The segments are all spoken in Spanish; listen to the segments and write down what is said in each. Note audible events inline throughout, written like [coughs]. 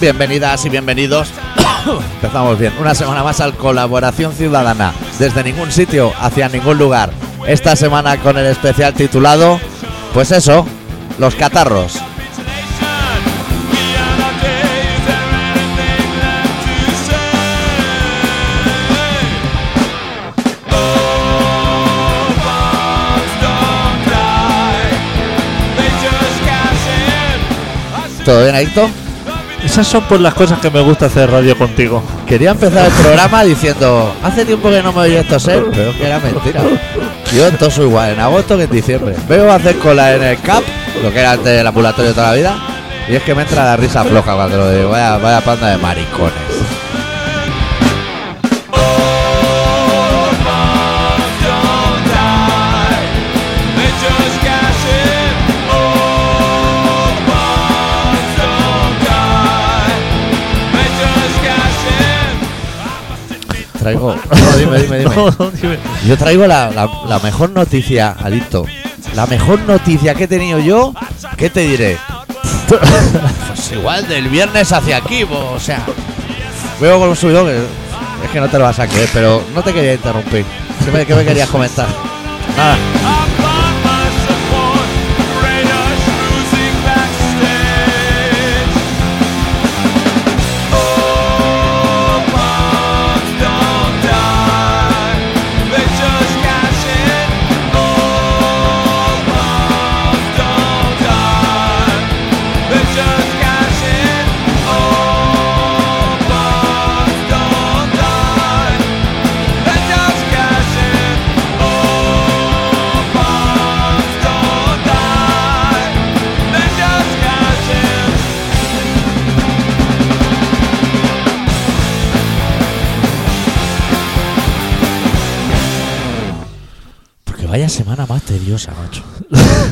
bienvenidas y bienvenidos. [coughs] Empezamos bien. Una semana más al Colaboración Ciudadana. Desde ningún sitio, hacia ningún lugar. Esta semana con el especial titulado, pues eso, los catarros. ¿Todo bien, Adicto? Esas son por las cosas que me gusta hacer radio contigo. Quería empezar el programa diciendo, hace tiempo que no me oye esto ser, pero que era mentira. Yo toso igual en agosto que en diciembre. Vengo a hacer cola en el CAP, lo que era antes el ambulatorio toda la vida, y es que me entra la risa floja cuando lo digo, vaya, vaya panda de maricones. Traigo... No, dime, dime, dime. No, no, [laughs] dime. Yo traigo la, la- la mejor noticia, Adicto. La mejor noticia que he tenido yo, ¿qué te diré? Pues igual del viernes hacia aquí, bo, o sea. Veo con un subidón que es que no te lo vas a creer, pero no te quería interrumpir. ¿Qué me, qué me querías comentar? Nada. Porque vaya semana más tediosa, macho.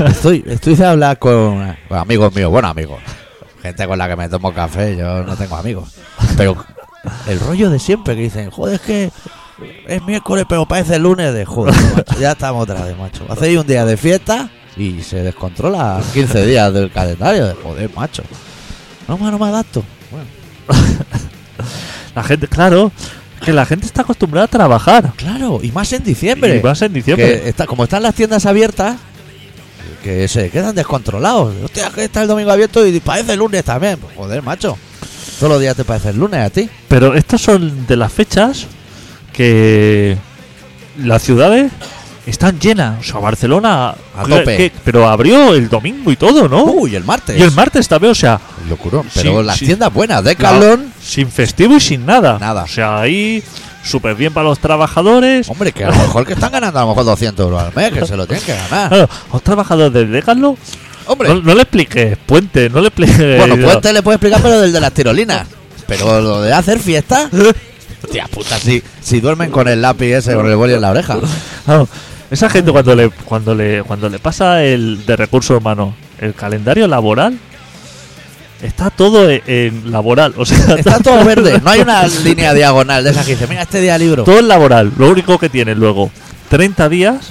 Estoy, estoy de hablar con, con amigos míos, bueno, amigos. Gente con la que me tomo café, yo no tengo amigos. Pero el rollo de siempre que dicen, joder, es que es miércoles, pero parece lunes de joder. macho, ya estamos otra vez, macho. Hacéis un día de fiesta y se descontrola 15 días del calendario de joder, macho. No, más, no me adapto. Bueno, La gente, claro, que la gente está acostumbrada a trabajar. claro, y más en diciembre. Y vas en diciembre. que está, como están las tiendas abiertas, que se quedan descontrolados. Hostia, que está el domingo abierto y parece el lunes también. Pues, Joder, macho. Todos los días te parece el lunes a ti. Pero estas son de las fechas que las ciudades están llenas. O sea, Barcelona. A tope. Uh, pero abrió el domingo y todo, ¿no? Uy, el martes. Oh, y el martes también, o sea, Locurón. Pero Sí, las sí. tiendas buenas de Calón. sin festivo y sin nada. Nada. O sea, ahí súper bien para los trabajadores. Hombre, que a lo mejor que están ganando a lo mejor 200 euros al mes, que se lo tienen que [laughs] ganar. Claro, a los trabajadores de Decathlon Hombre, No, no le expliques, puente, no le expliques. bueno, pues te le puedes explicar, pero del de las tirolinas. Pero lo de hacer [laughs] fiesta. Hostia puta, si, si duermen con el lápiz ese, con el boli en la oreja. Claro, esa gente cuando le, cuando le, cuando le pasa el de recursos humanos, el calendario laboral, está todo e- en laboral, o sea, [laughs] Está todo verde, no hay una línea diagonal de esas que dice, mira este día libro. todo en laboral. Lo único que tiene luego 30 días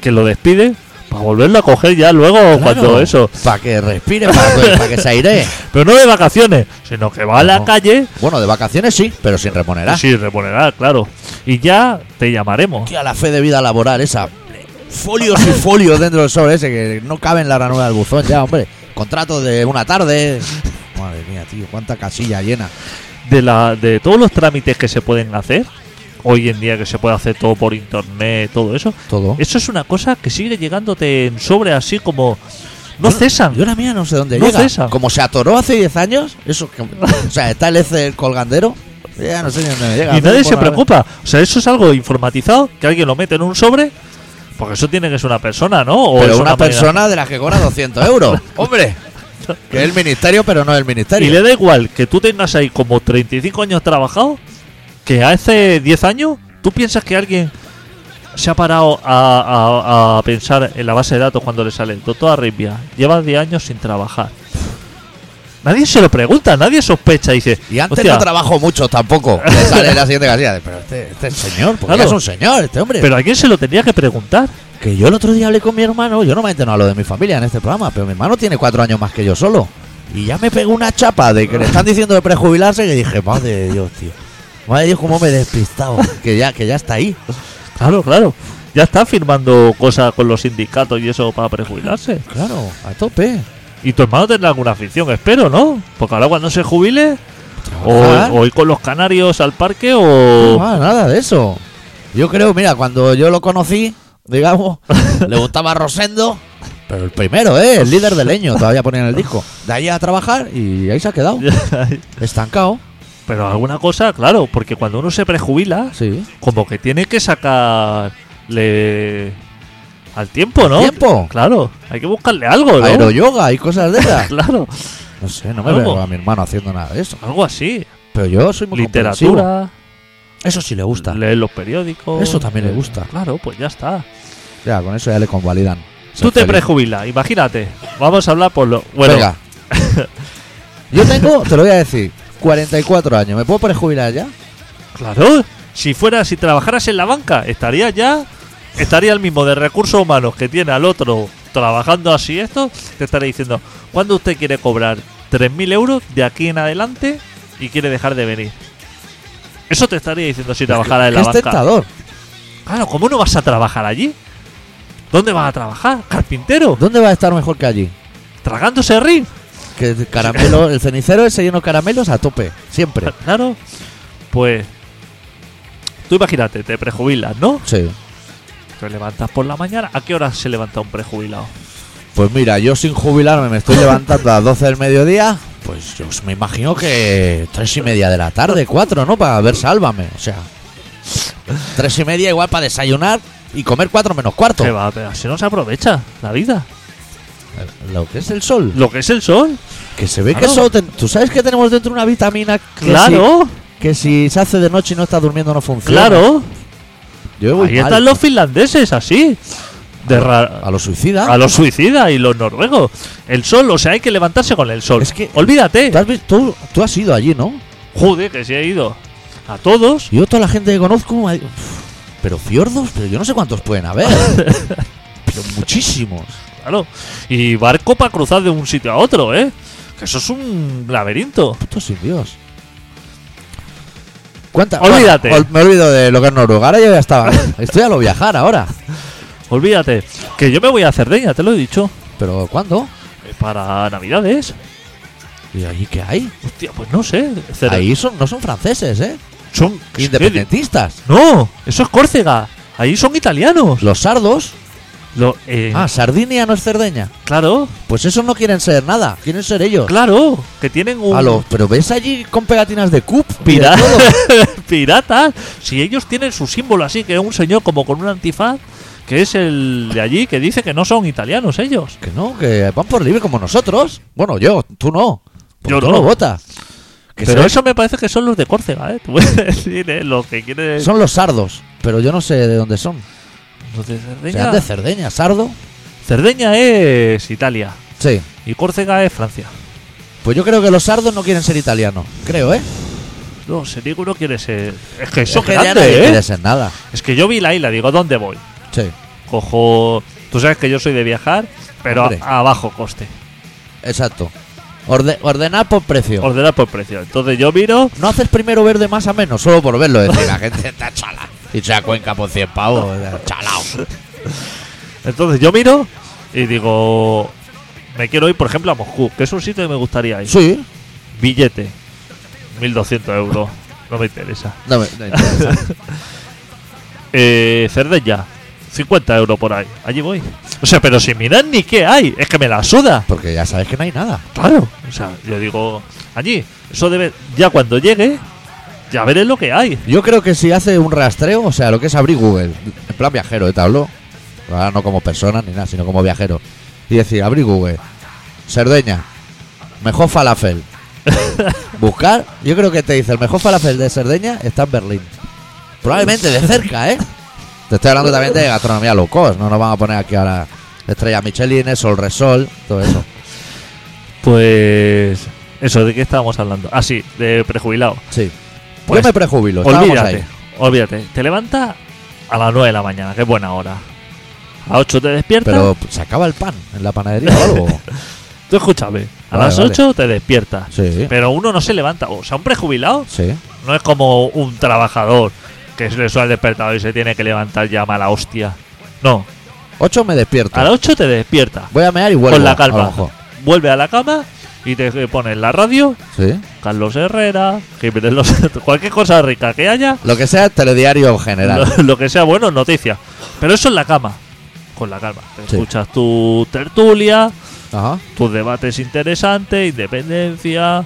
que lo despide para volverlo a coger ya luego cuando eso. Para que respire, para que, pa' que se aire. Pero no de vacaciones, sino que va a la No. calle. Bueno, de vacaciones sí, pero sin remunerar. Sí, reponerá, claro. Y ya te llamaremos. Hostia, la fe de vida laboral esa. Folios y folios dentro del sobre ese que no cabe en la ranura del buzón ya, hombre. Contrato de una tarde. Madre mía, tío, cuánta casilla llena. de, la, de todos los trámites que se pueden hacer, hoy en día que se puede hacer todo por internet, todo eso, Todo. eso es una cosa que sigue llegándote en sobre así como... No cesan. Yo la mía no sé dónde No llega. cesa. Como se atoró hace 10 años, eso que- O sea, está el ese el colgandero. Ya no sé ni dónde llega. Y nadie Por se la- preocupa. O sea, eso es algo informatizado, que alguien lo mete en un sobre, porque eso tiene que ser una persona, ¿no? O Pero es una manera- persona de las que cobra 200 euros. [laughs] Hombre, que es el ministerio, pero no es el ministerio. Y le da igual que tú tengas ahí como 35 años trabajado, que hace 10 años, ¿tú piensas que alguien se ha parado a, a- a pensar en la base de datos cuando le sale Doctor Arritmia? Lleva 10 años sin trabajar. Nadie se lo pregunta, nadie sospecha, dice. Y antes "Hostia, no trabajó mucho tampoco. Le sale la siguiente casilla. de, Pero este, este es señor, porque Claro. es un señor, este hombre. Pero a quién se lo tendría que preguntar. que yo el otro día hablé con mi hermano. Yo normalmente no hablo de mi familia en este programa, pero mi hermano tiene cuatro años más que yo solo. Y ya me pegó una chapa de que le están diciendo de prejubilarse que dije, madre de Dios, tío. Madre de Dios, cómo me he despistado. Que ya, que ya está ahí. Claro, claro. Ya está firmando cosas con los sindicatos y eso para prejubilarse. Claro, a tope. Y tu hermano tendrá alguna afición, espero, ¿no? Porque ahora cuando se jubile, o, Trabajar. o ir con los canarios al parque No, o... ah, nada de eso. Yo creo, mira, cuando yo lo conocí, [laughs] digamos, le gustaba Rosendo, pero el primero, ¿eh? El líder de [laughs] leño, todavía ponían el disco. De ahí a trabajar y ahí se ha quedado. Estancado, Pero alguna cosa, claro, porque cuando uno se prejubila, sí. como que tiene que sacarle al tiempo, ¿no? Tiempo. Claro, hay que buscarle algo, ¿no? Aeroyoga y cosas de [laughs] esas. Claro, No sé, no me Algo. veo a mi hermano haciendo nada de eso. algo así. Pero yo soy muy comprensivo. Literatura, Eso sí le gusta. leer los periódicos. Eso también le gusta. Claro, pues ya está. Ya, con eso ya le convalidan. Ser Tú te feliz. prejubilas, imagínate. Vamos a hablar por lo. Bueno, [laughs] Venga. Yo tengo, te lo voy a decir, 44 años. ¿Me puedo prejubilar ya? claro, si fuera, si trabajaras en la banca, estaría ya. Estaría el mismo de recursos humanos que tiene al otro trabajando así esto. Te estaría diciendo, ¿cuándo usted quiere cobrar 3.000 euros de aquí en adelante y quiere dejar de venir? Eso te estaría diciendo si trabajaras en la es banca. tentador. Claro, ¿cómo no vas a trabajar allí? ¿Dónde vas a trabajar? ¿Carpintero? ¿Dónde va a estar mejor que allí? ¿Tragándose ring? Que el caramelo, [laughs] el cenicero ese lleno de caramelos a tope, siempre. Claro. Pues. Tú imagínate, te prejubilas, ¿no? Sí. Te levantas por la mañana. ¿A qué hora se levanta un prejubilado? Pues mira, yo sin jubilarme me estoy levantando a las 12 del mediodía. Pues yo me imagino que tres y media de la tarde, cuatro, ¿no? Para ver Sálvame. O sea, tres y media igual para desayunar y comer cuatro menos cuarto. Que va, pero así no se aprovecha la vida. Lo que es el sol. Lo que es el sol. Que se ve Claro. que eso. ten- Tú sabes que tenemos dentro una vitamina. que Claro, si- Que si, se hace de noche y no estás durmiendo no funciona. claro. Yo voy Ahí mal. están los finlandeses, así. De ra- A los suicidas. a los suicidas y los noruegos. El sol, o sea, hay que levantarse con el sol. Es que- Olvídate. ¿Tú, has visto- tú- tú has ido allí, ¿no? Jude, que se ha ido. A todos. Yo toda la gente que conozco, hay- Uf, pero fiordos, pero yo no sé cuántos pueden [laughs] haber. pero muchísimos. Claro. Y barco para cruzar de un sitio a otro, ¿eh? Que eso es un laberinto. Puto sin Dios. ¿Cuánta- Olvídate. bueno, ol- me olvido de lo que es Noruega. Ahora yo ya estaba. [laughs] Estoy a lo viajar ahora. Olvídate. Que yo me voy a Cerdeña, te lo he dicho. ¿Pero cuándo? Eh, Para Navidades. ¿Y allí qué hay? Hostia, pues no sé. Cer- Ahí son, no son franceses, ¿eh? son ¿qué- Independentistas. No, eso es Córcega. Ahí son italianos. Los sardos. Lo- eh, Ah, Sardinia no es Cerdeña. claro, Pues esos no quieren ser nada. Quieren ser ellos. claro. Que tienen un. A [laughs] los- pero ves allí con pegatinas de cup. y de Pira- todo. piratas. Si ellos tienen su símbolo así, que es un señor como con un antifaz, que es el de allí, que dice que no son italianos ellos. Que no, que van por libre como nosotros. Bueno, yo, tú no. Porque Yo tú no. no votas. Que Pero se- eso me parece que son los de Córcega, ¿eh? [laughs] Te voy a decir, ¿eh? Los que quieren. Son los sardos, pero yo no sé de dónde son. Los de Serán Cerdeña. de Cerdeña, sardo. Cerdeña es Italia Sí. y Córcega es Francia. Pues yo creo que los sardos no quieren ser italianos. Creo, ¿eh? No, sé, ninguno quiere ser. Es que eso Es que ya grande, nadie ¿eh? quiere ser nada. Es que yo vi la isla, digo, ¿dónde voy? Sí. Cojo. Tú sabes que yo soy de viajar, pero Hombre. a, a bajo coste. Exacto. Orde- ordenar por precio. Ordenar por precio. Entonces yo miro. no haces primero verde más a menos, solo por verlo. Es decir, [laughs] la gente está chala. Y sea cuenca por 100 pavos. Chalao. Entonces yo miro y digo. Me quiero ir, por ejemplo, a Moscú, que es un sitio que me gustaría ir. Sí. Billete. 1200 euros. No me interesa. No me- no interesa. Eh, Cerdeña. 50 euros por ahí. Allí voy. O sea, pero sin mirar ni qué hay. Es que me la suda. Porque ya sabes que no hay nada. Claro. O sea, yo digo, allí, eso debe. Ya cuando llegue, ya veré lo que hay. Yo creo que si hace un rastreo, o sea, lo que es abrir Google, en plan viajero, ¿eh? Te hablo. Ahora no como persona ni nada, sino como viajero. Y decir, abrir Google, Cerdeña, mejor [laughs] falafel. Buscar, yo creo que te dice, el mejor falafel de Cerdeña está en Berlín. Probablemente de cerca, ¿eh? Te estoy hablando también de gastronomía low cost, no nos van a poner aquí ahora estrella Michelin, Sol Resol, todo eso. Pues. Eso, ¿de qué estábamos hablando? Ah, sí, de prejubilado. Sí. Pues, yo me prejubilo, estábamos Olvídate, ahí. olvídate. Te levanta a las 9 de la mañana, que es buena hora. A 8 te despiertas. [laughs] Pero se acaba el pan en la panadería o algo. Tú escúchame, A Vale, las vale. 8 te despiertas. Sí. Pero uno no se levanta. O sea, un prejubilado Sí. no es como un trabajador que se le suena el despertador y se tiene que levantar ya a mala hostia. No. Ocho me despierto. A las 8 te despiertas. Voy a mear y vuelvo. con la a lo calma. mejor. Vuelve a la cama y te eh, pones la radio. Sí. Carlos Herrera, Jiménez Los Santos, [laughs] cualquier cosa rica que haya, Lo que sea, telediario lo, general. lo que sea bueno, noticias. Pero eso en la cama, con la calma. Te Sí. escuchas tu tertulia, Ajá. tus debates interesantes, independencia,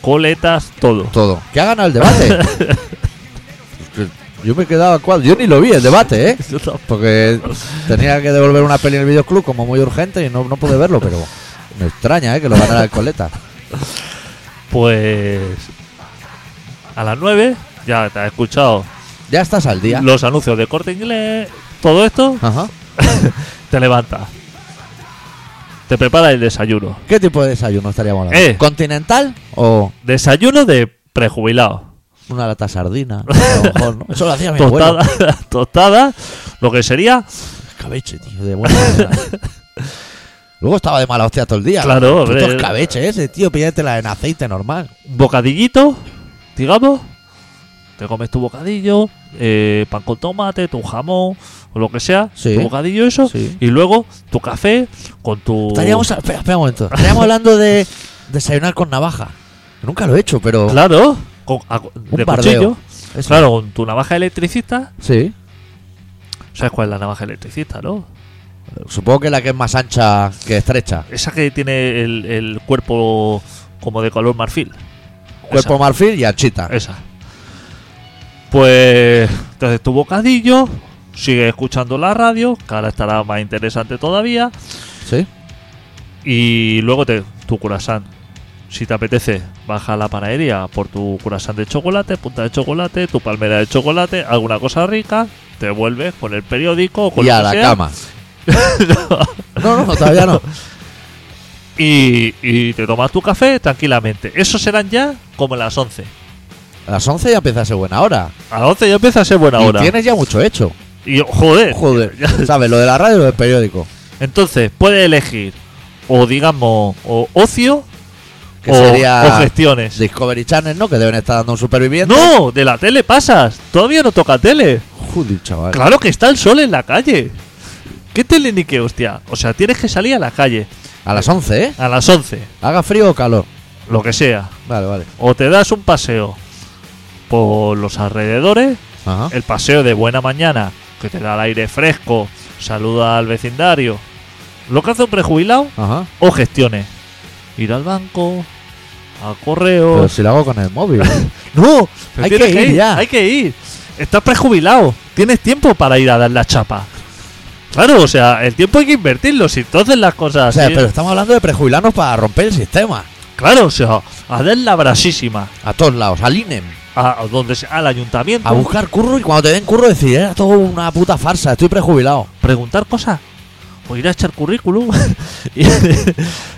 coletas, todo. [laughs] Todo. ¿Qué ha ganado el debate? Yo me he quedado a cuadro. Yo ni lo vi el debate, ¿eh? Yo tam- Porque tenía que devolver una peli en el videoclub como muy urgente y no, no pude verlo, pero me extraña, ¿eh? Que lo ganara el coleta. Pues a las 9 ya te has escuchado Ya estás al día. los anuncios de corte inglés, todo esto, Ajá. te levantas. Te preparas el desayuno. ¿Qué tipo de desayuno estaríamos hablando? Eh. ¿Continental o Desayuno de prejubilado. una lata sardina? A lo mejor, [laughs] ¿no? Eso lo hacía Ah, mi abuelo. tostada, [laughs] tostada, lo que sería, Escabeche, tío, de buena [laughs] manera. Luego estaba de mala hostia todo el día. Claro, Puto hombre. escabeche ese, tío, pídetela en aceite normal. un bocadillito, digamos. Te comes tu bocadillo, eh, pan con tomate, tu jamón, o lo que sea, Sí. tu bocadillo, eso. Sí. Y luego tu café con tu. Estaríamos, a- espera, espera un momento. Estaríamos hablando de desayunar con navaja. Nunca lo he hecho, pero Claro, con, a- de bardeo. cuchillo. Eso. Claro, con tu navaja electricista. sí. ¿Sabes cuál es la navaja electricista, no? Supongo que la que es más ancha que estrecha. Esa que tiene el, el cuerpo como de color marfil. Cuerpo marfil y anchita. Esa. Pues entonces tu bocadillo, sigue escuchando la radio, que ahora estará más interesante todavía, Sí. y luego te, tu curasán. Si te apetece, baja a la panadería por tu curasán de chocolate, punta de chocolate, tu palmera de chocolate, alguna cosa rica, te vuelves con el periódico o con Y lo a que la sea, cama. [laughs] no. no, no, todavía no. Y, y te tomas tu café tranquilamente. Eso serán ya como las 11. A las 11 ya empieza a ser buena hora. A las 11 ya empieza a ser buena y hora. tienes ya mucho hecho. [laughs] Y joder, Joder. ya- ¿Sabes? Lo de la radio y lo del periódico. Entonces, puede elegir o, digamos, o ocio Que o, sería o gestiones. Discovery Channel, ¿no? Que deben estar dando un superviviente. No, de la tele pasas. Todavía no toca tele. Joder, chaval. Claro que está el sol en la calle. ¿Qué tele ni qué hostia? O sea, tienes que salir a la calle A las 11, ¿eh? a las 11, Haga frío o calor. lo que sea. Vale, vale. O te das un paseo por los alrededores. Ajá. El paseo de buena mañana, que te da el aire fresco, saluda al vecindario. Lo que hace un prejubilado Ajá. o gestiones. Ir al banco, al correo. Pero si lo hago con el móvil. [laughs] no, hay que ir ya. Hay que ir. Estás prejubilado. Tienes tiempo para ir a dar la chapa. Claro, o sea, el tiempo hay que invertirlo. Si entonces las cosas. o sea, así- pero estamos hablando de prejubilarnos para romper el sistema. Claro, o sea, a dar la brasísima. A todos lados, al INEM. A, a donde sea, al ayuntamiento. A buscar curro y cuando te den curro decir, era todo una puta farsa, estoy prejubilado. preguntar cosas. O ir a echar currículum. [laughs] Y-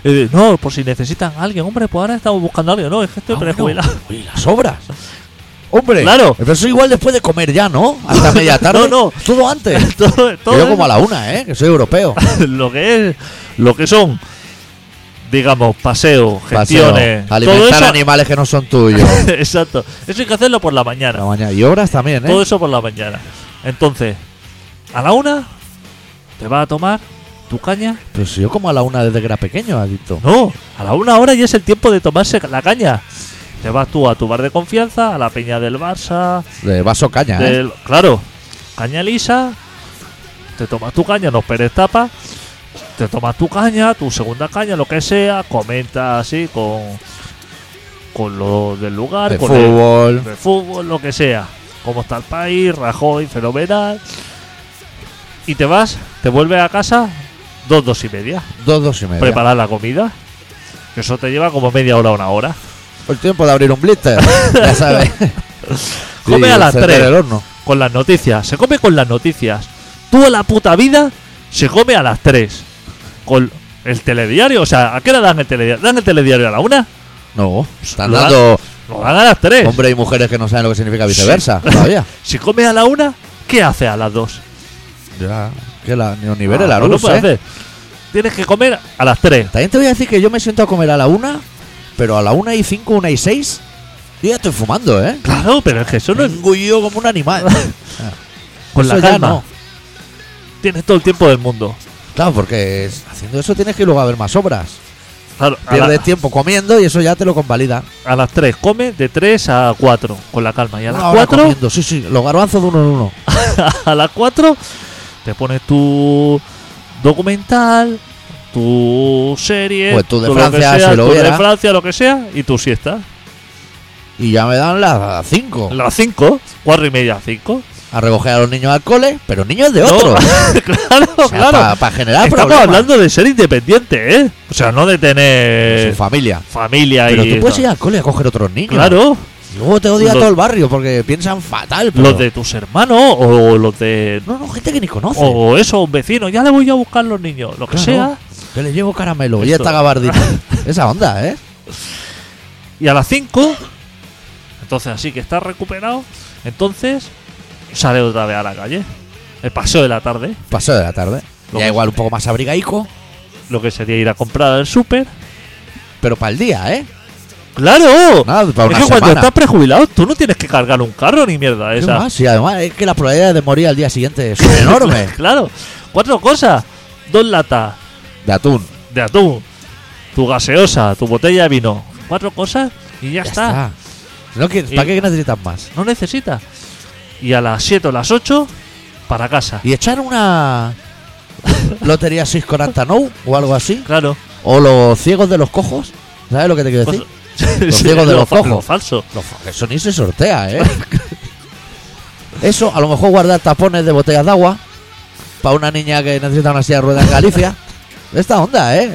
y- no, por si necesitan a alguien. Hombre, pues ahora estamos buscando a alguien. No, es que estoy Ah, bueno. prejubilado. Oye, las obras. Hombre, Claro. Pero eso igual después de comer ya, ¿no? Hasta [laughs] media tarde. No, no. Todo antes. Que [laughs] Todo- [laughs] todo yo eso. como a la una, ¿eh? Que soy europeo. lo que es lo que son digamos paseos Paseo, gestiones todo alimentar eso animales que no son tuyos. [laughs] exacto eso hay que hacerlo por la Por la mañana mañana. Y obras también, ¿eh? todo eso por la mañana entonces a la una te vas a tomar tu caña Pero si Pues yo como a la una desde que era pequeño, adicto. no a la una hora ya es el tiempo de tomarse la caña te vas tú a tu bar de confianza a la peña del Barça De vaso caña, ¿eh? del- claro caña lisa te tomas tu caña no esperes tapas te tomas tu caña, tu segunda caña, lo que sea, comenta así con, con lo del lugar, De con fútbol. El, del fútbol, lo que sea. Cómo está el país, Rajoy, fenomenal. Y te vas, te vuelves a casa dos, dos y media. Dos, dos y media. Preparar la comida. que Eso te lleva como media hora, una hora. El tiempo de abrir un [laughs] blister. ya sabes. Come Y a las encender tres. el horno. Con las noticias. Se come con las noticias. Toda la puta vida se come a las 3. Con el telediario. O sea, ¿a qué hora dan el telediario? ¿Dan el telediario a la una? No, están Lo dan- dando Lo dan a las 3. hombres y mujeres que no saben lo que significa viceversa [laughs] todavía. Si come a la una, ¿qué hace a las 2? Ya, que la, ni os nivele la no lo luz, puede ¿eh? hacer. Tienes que comer a las 3. También te voy a decir que yo me siento a comer a la una, pero a la una y cinco, una y seis, yo ya estoy fumando, ¿eh? Claro, pero es que eso no Me es engullido como un animal. [laughs] con Eso la ya calma. no. Tienes todo el tiempo del mundo. Claro, porque es- haciendo eso tienes que ir luego a ver más obras. Claro, a, la- Pierdes tiempo comiendo y eso ya te lo convalida. a las 3 come de 3 a 4 con la calma. Y a las Una hora 4, comiendo, Sí, sí, los garbanzos de uno en uno. [laughs] a las 4 te pones tu documental, tu serie, Pues tú de lo que Francia, sea, si lo tú de hubiera. Francia, lo que sea, y tu siesta. Y ya me dan las cinco. A las 5, 4 y media, 5. A recoger a los niños al cole, pero niños de otro. [laughs] claro, claro. Para generar Estamos problemas. hablando de ser independiente, ¿eh? O sea, no de tener Su familia. familia Pero y. tú puedes ir al cole a coger otros niños. Claro, Y luego te odia Los- todo el barrio porque piensan fatal. pero- los de tus hermanos o los de. No, no, gente que ni conoce. O eso, un vecino, ya le voy a buscar los niños, lo que Claro. sea. Que le llevo caramelo y Esto- esta gabardina. [laughs] Esa onda, ¿eh? Y a las 5, entonces así que está recuperado, entonces sale otra vez a la calle. El paseo de la tarde, Pasó de la tarde. Lo ya que- igual un poco más abrigaico, lo que sería ir a comprar al súper. pero para el día, ¿eh? ¡Claro! Nada, para una es que cuando semana. estás prejubilado, tú no tienes que cargar un carro ni mierda ¿Qué esa. más? Y además es que las probabilidades de morir al día [laughs] siguiente son enormes. claro. Cuatro cosas. Dos latas De atún. de atún. Tu gaseosa, tu botella de vino. Cuatro cosas y ya, Ya está. está. No quieres- ¿Para Y- qué necesitas más? No necesitas. Y a las 7 o las 8, para casa. Y echar una [laughs] lotería 640 no o algo así. Claro. O los ciegos de los cojos. ¿Sabes lo que te quiero Pues, [laughs] decir? Los ciegos de los ojos. falso. Lo fa- que Eso ni se sortea, ¿eh? [laughs] Eso, a lo mejor guardar tapones de botellas de agua para una niña que necesita una silla de ruedas en [laughs] Galicia. Esta onda, ¿eh?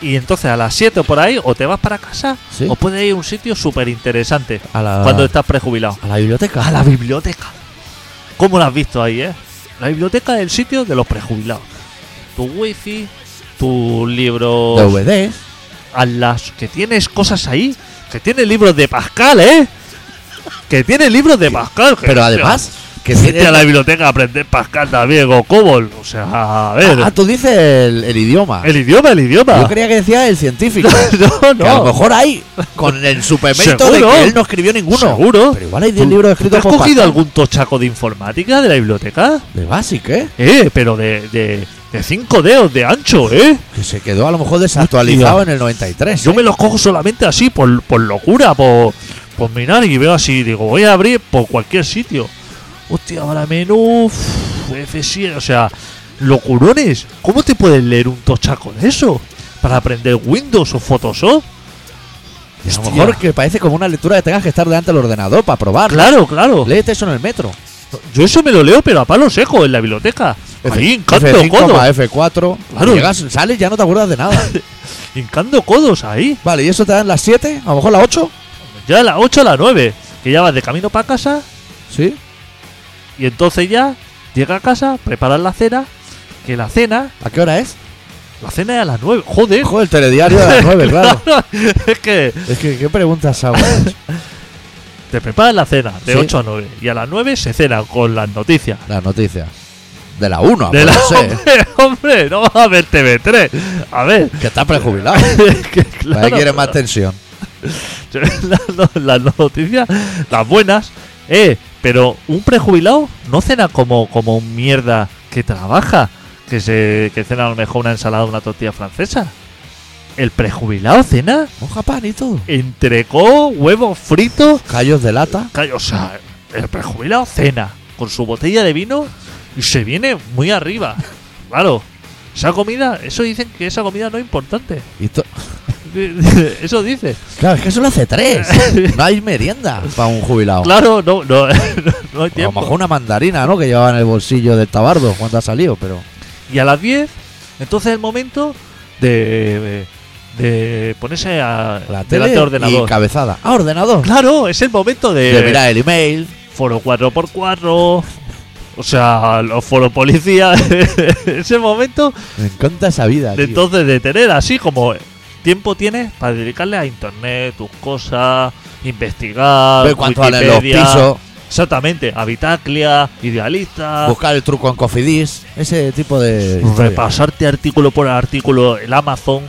Y entonces a las 7 o por ahí, o te vas para casa, Sí. Ah. o puedes ir a un sitio súper interesante A la, cuando estás prejubilado. a la biblioteca. A la biblioteca. ¿Cómo la has visto ahí, eh? La biblioteca es el sitio de los prejubilados. Tu wifi, tus libros DVD. a las que tienes cosas ahí, que tiene libros de Pascal, ¿eh? Que tiene libros de Pascal. que- Pero además, que que vete a la tiene- biblioteca a aprender Pascal también o Cobol. O sea, a ver. Ah, tú dices el, el idioma. Eh, el idioma, el idioma. Yo creía que decía el [laughs] científico. no, Que a lo no. mejor hay, con el supermérito de Seguro. que él no escribió ninguno. Seguro. Pero igual hay ¿Tú- 10 libros ¿tú te escritos has por cogido Pascal. algún tochaco de informática de la biblioteca? De básico, ¿eh? Eh, pero de, de, de cinco dedos de ancho, ¿eh? Que se quedó a lo mejor desactualizado en el 93. Yo ¿eh? me los cojo solamente así, por, por locura, por, por mirar y veo así, digo, voy a abrir por cualquier sitio. Hostia, ahora menú, uf, F7, o sea, locurones. ¿Cómo te puedes leer un tochaco de eso? ¿Para aprender Windows o Photoshop? Y a lo Hostia. mejor que parece como una lectura que tengas que estar delante del ordenador para probar. Claro, claro. Léete eso en el metro. Yo eso me lo leo, pero a palo seco, en la biblioteca. Ahí, hincando F5 codos. más F4. Claro. Llegas, sales y ya no te acuerdas de [laughs] nada. Hincando codos ahí. vale, y eso te dan las 7, a lo mejor las 8. Ya a las 8 a las 9, que ya vas de camino para casa Sí. Y entonces ya llega a casa, preparar la cena, que la cena, ¿A qué hora es? la cena es a las 9. Joder, Joder, el telediario de las [laughs] 9, claro. es que Es que, ¿qué preguntas [laughs] hago? te preparas la cena de Sí. 8 a 9 y a las 9 se cena con las noticias. Las noticias. De la 1, De de la Ah, pues sé. [laughs] hombre, hombre, no vas a ver TV3. A ver, [laughs] Que estás prejubilado. es que claro, Para qué quieres más tensión. [laughs] las, no- las noticias, las buenas, eh, pero un prejubilado no cena como, como un mierda que trabaja, que se que cena a lo mejor una ensalada o una tortilla francesa. El prejubilado cena Moja pan y todo. entrecó, huevos fritos. Callos de lata. ca- O sea, el prejubilado cena con su botella de vino y se viene muy arriba. Claro, esa comida, eso dicen que esa comida no es importante. [laughs] Y to- Eso dice. Claro, es que solo hace [laughs] 3. No hay merienda para un jubilado. Claro, no, no, [laughs] no hay O a lo tiempo. mejor una mandarina, ¿no? Que llevaba en el bolsillo del tabardo cuando ha salido, pero. Y a las 10, entonces es el momento de, de ponerse a, La delante tele del y ordenador. Eh, cabezada. Ah, ordenador. Claro, es el momento De mirar el email. foro 4x4, o sea, los foros policía, [laughs] ese momento, Me encanta esa vida. de tío. entonces de tener así como tiempo tienes para dedicarle a internet, tus cosas, investigar, Ver cuánto valen los Wikipedia, pisos. Exactamente, Habitaclia, Idealista, Buscar el truco en Cofidis, ese tipo de. historia. repasarte artículo por artículo el Amazon,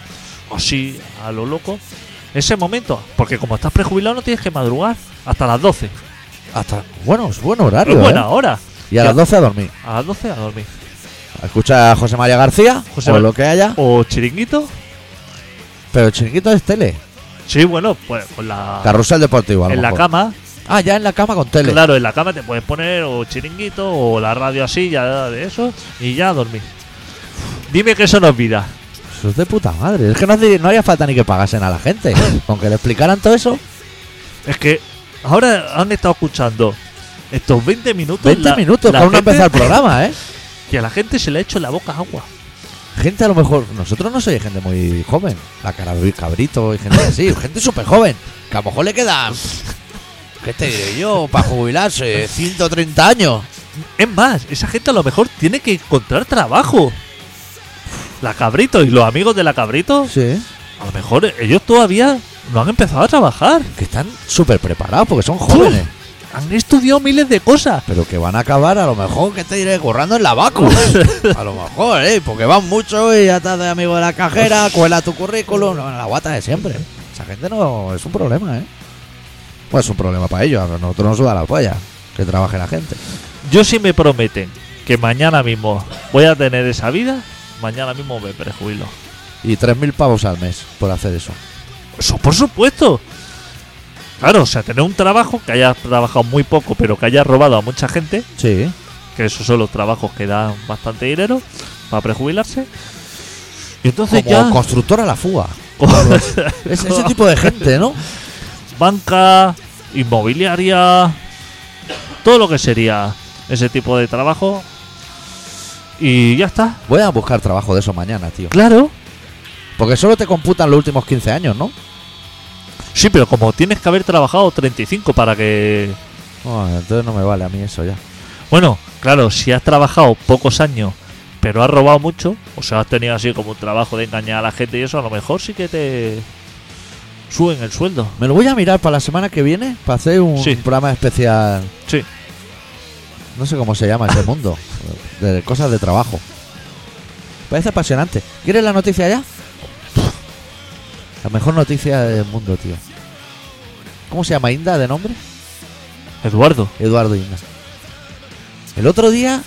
así, a lo loco. Ese momento, porque como estás prejubilado no tienes que madrugar hasta las 12. Hasta, bueno, es buen horario. Es buena ¿eh? hora. Y a las Ya. 12 a dormir. A las 12 a dormir. A escuchar a José María García, José o Ma- lo que haya. ¿O chiringuito? Pero el chiringuito es tele. Sí, bueno, pues con la, Ah. Carrusel deportivo, a lo en la mejor. cama. Ah, ya en la cama con tele. Claro, en la cama te puedes poner o chiringuito o la radio así, ya de eso, y ya a dormir. Dime que eso no es vida. Eso es de puta madre. Es que no, hace- no haría falta ni que pagasen a la [laughs] gente. Con que le explicaran todo eso. Es que ahora han estado escuchando estos 20 minutos. 20 la- minutos la para uno gente- empezar el [laughs] programa, ¿eh? Que a la gente se le ha hecho la boca agua. Gente a lo mejor, nosotros no soy gente muy joven, la cara de cabrito y gente así, [laughs] gente súper joven, que a lo mejor le quedan, ¿qué te diré yo? Para jubilarse, 130 años. Es más, esa gente a lo mejor tiene que encontrar trabajo. La cabrito y los amigos de la cabrito, Sí. a lo mejor ellos todavía no han empezado a trabajar. Que están súper preparados porque son jóvenes, Han estudiado miles de cosas. pero que van a acabar a lo mejor, ¿qué te diré? Currando en la vacu. [laughs] A lo mejor, ¿eh? Porque van mucho y ya estás de amigo de la cajera, cuela tu currículum, no, la guata de siempre. Esa gente no, es un problema, ¿eh? Pues es un problema para ellos, a nosotros nos suda la polla que trabaje la gente. Yo si me prometen que mañana mismo voy a tener esa vida, mañana mismo me prejubilo. Y 3.000 pavos al mes por hacer eso. Eso por supuesto. Claro, o sea, tener un trabajo que hayas trabajado muy poco, pero que hayas robado a mucha gente, Sí. que esos son los trabajos que dan bastante dinero para prejubilarse. Y entonces Como [laughs] ya constructor a la fuga. Como- Es- [laughs] ese tipo de gente, ¿no? banca, inmobiliaria, todo lo que sería ese tipo de trabajo. Y ya está. Voy a buscar trabajo de eso mañana, tío. Claro. Porque solo te computan los últimos 15 años, ¿no? Sí, pero como tienes que haber trabajado 35 para que... Ah, entonces no me vale a mí eso ya. Bueno, claro, si has trabajado pocos años, pero has robado mucho, o sea, has tenido así como un trabajo de engañar a la gente y eso, a lo mejor sí que te suben el sueldo. Me lo voy a mirar para la semana que viene, para hacer un Sí. programa especial. Sí. No sé cómo se llama [laughs] ese mundo. De cosas de trabajo. Parece apasionante. ¿Quieres la noticia ya? La mejor noticia del mundo, tío. ¿Cómo se llama Inda de nombre? Eduardo, Eduardo Inda. El otro día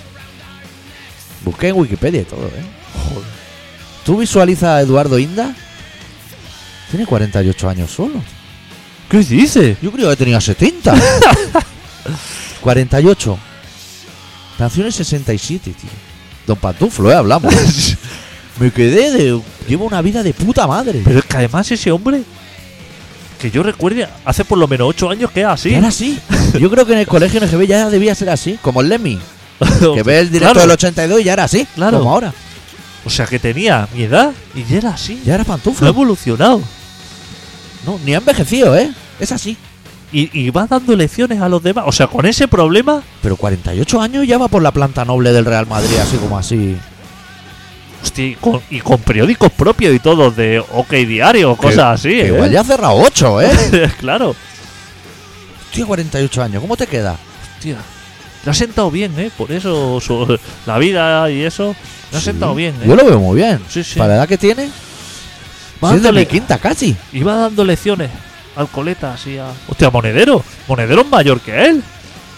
busqué en Wikipedia y todo, ¿eh? Tú visualizas a Eduardo Inda. Tiene 48 años solo. ¿qué dices? Yo creo que tenía [laughs] 70. 48. Nació en el 67, tío. Don Pantuflo, ¿eh? [laughs] Hablamos. Me quedé de... Llevo una vida de puta madre. Pero es que además ese hombre, que yo recuerde, hace por lo menos 8 años que es así. Ya [laughs] Era así. Yo creo que en el colegio en el GB ya debía ser así. Como el Lemmy. Que ve el directo Claro. del 82 y ya era así. Claro. Como ahora. O sea, que tenía mi edad y ya era así. Ya era No ha Pantuflo. evolucionado. No, ni ha envejecido, ¿eh? Es así. Y, y va dando lecciones a los demás. O sea, con ese problema... Pero 48 años ya va por la planta noble del Real Madrid, así como así. Hostia, y con, y con periódicos propios y todos de OK Diario, cosas así. Que ¿eh? [laughs] igual ya ha cerrado 8, ¿eh? claro. Hostia, 48 años. ¿Cómo te queda? Hostia. Le ha sentado bien, ¿eh? Por eso su- la vida y eso. Le ha Sí. sentado bien, ¿eh? Yo lo veo muy bien. Sí, sí. Para la edad que tiene, si es de dándole- mi quinta casi. Iba dando lecciones al coleta, así a... Hostia, Monedero. Monedero es mayor que él.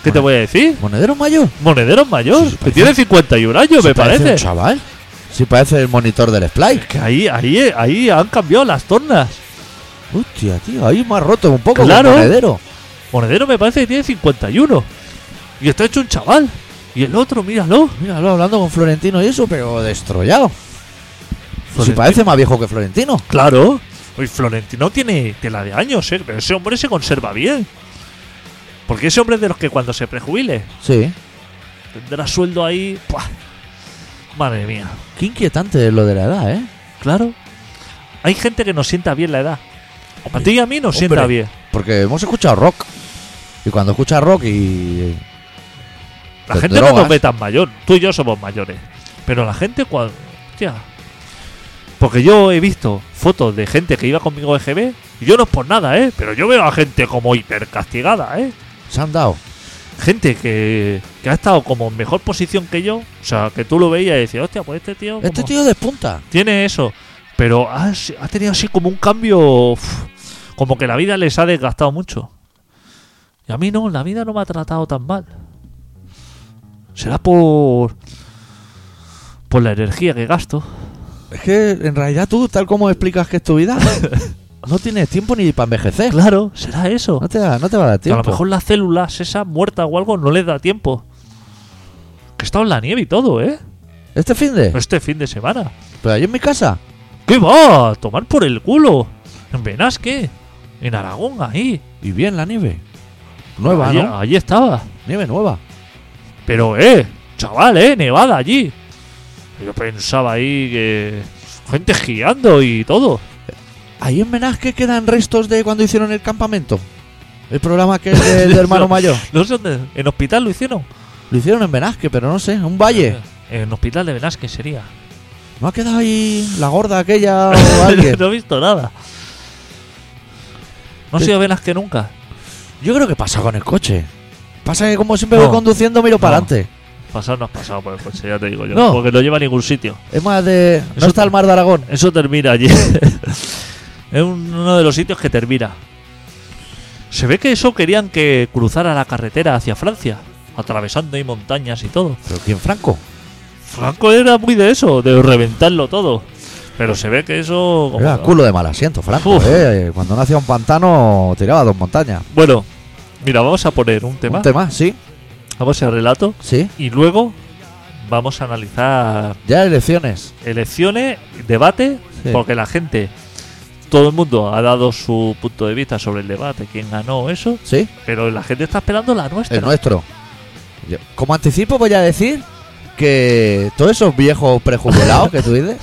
¿Qué te Bueno. voy a decir? Monedero mayor. Monedero es mayor. Sí, sí, que parece- tiene 51 años, Sí me parece. un chaval. Sí, parece el monitor del Splay. que ahí, ahí, ahí han cambiado las tornas. Hostia, tío, ahí más roto un poco que Claro. Monedero. Monedero me parece que tiene 51. Y está hecho un chaval. Y el otro, míralo. Míralo hablando con Florentino y eso, pero destrollado. Si Florentino. parece más viejo que Florentino. Claro. Hoy Florentino tiene tela de años, ¿eh? Pero ese hombre se conserva bien. Porque ese hombre es de los que cuando se prejubile Sí. tendrá sueldo ahí. ¡pua! Madre mía. Qué inquietante es lo de la edad, ¿eh? Claro. Hay gente que nos sienta bien la edad. A ti y a mí nos hombre. sienta bien. Porque hemos escuchado rock. Y cuando escuchas rock y. eh, La Te gente no drogas. nos ve tan mayor. Tú y yo somos mayores. Pero la gente cuando. Hostia. Porque yo he visto fotos de gente que iba conmigo a EGB. Y yo no es por nada, ¿eh? Pero yo veo a gente como hiper castigada, ¿eh? Se han dado. gente que, que ha estado como en mejor posición que yo. O sea, que tú lo veías y decías, hostia, pues este tío. Este como- tío despunta. tiene eso, pero ha, ha tenido así como un cambio, uf, como que la vida les ha desgastado mucho. Y a mí no, la vida no me ha tratado tan mal. Será por por la energía que gasto. [laughs] Es que en realidad tú, tal como explicas que es tu [laughs] vida, no tienes tiempo ni para envejecer. Claro, será eso. No te, da- no te va a dar Que a tiempo. lo mejor las células esas muertas o algo no les da tiempo. Que he estado en la nieve y todo, ¿eh? Este fin de. Este fin de semana. Pero ahí en mi casa. ¿Qué va? A tomar por el culo. En Benasque. En Aragón, ahí. Y bien la nieve. Nueva, allí, ¿no? allí estaba. Nieve nueva. Pero, eh, chaval, eh, nevada allí. Yo pensaba ahí que. Gente esquiando y todo. Ahí en Menasque quedan restos de cuando hicieron el campamento. El programa que es del [laughs] de hermano mayor. No sé dónde. En hospital lo hicieron. Lo hicieron en Menasque, pero no sé, en un valle. En hospital de Benasque sería. ¿No ha quedado ahí la gorda aquella o alguien? [laughs] no he visto nada. No he sido a Benasque nunca. Yo creo que pasa con el coche. Pasa que como siempre voy No. conduciendo, miro para No. adelante. Pasado no has pasado por el coche, ya te digo yo. No. Porque no lleva a ningún sitio. Es más de... No Eso- está el mar de Aragón. Eso termina allí. [laughs] es un- uno de los sitios que termina. Se ve que eso querían que cruzara la carretera hacia Francia, atravesando ahí montañas y todo. ¿Pero quién, Franco? Franco era muy de eso, de reventarlo todo. Pero se ve que eso. como Era que- culo de mal asiento, Franco. Oh, Uf. eh. Cuando no hacía un pantano, tiraba dos montañas. Bueno, mira, vamos a poner un tema, Un tema, sí, vamos a relato sí. y luego vamos a analizar Ya elecciones. elecciones, debate, Sí. porque la gente, todo el mundo ha dado su punto de vista sobre el debate, quién ganó, eso. Sí, Pero la gente está esperando la nuestra. el nuestro. Yo- como anticipo voy a decir que todos esos viejos prejubilados que tú dices,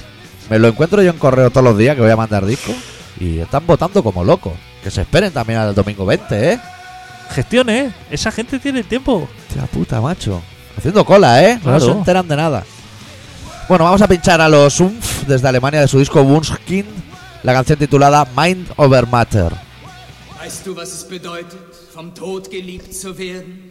me lo encuentro yo en correo todos los días que voy a mandar discos y están votando como locos. Que se esperen también al domingo 20, ¿eh? Gestione, ¿eh? Esa gente tiene tiempo. Hostia puta, macho. Haciendo cola, ¿eh? No Claro. se enteran de nada. Bueno, vamos a pinchar a los Umf desde Alemania de su disco Wunschkind, la canción titulada Mind Over Matter. Weißt du, was es bedeutet, vom Tod geliebt zu werden?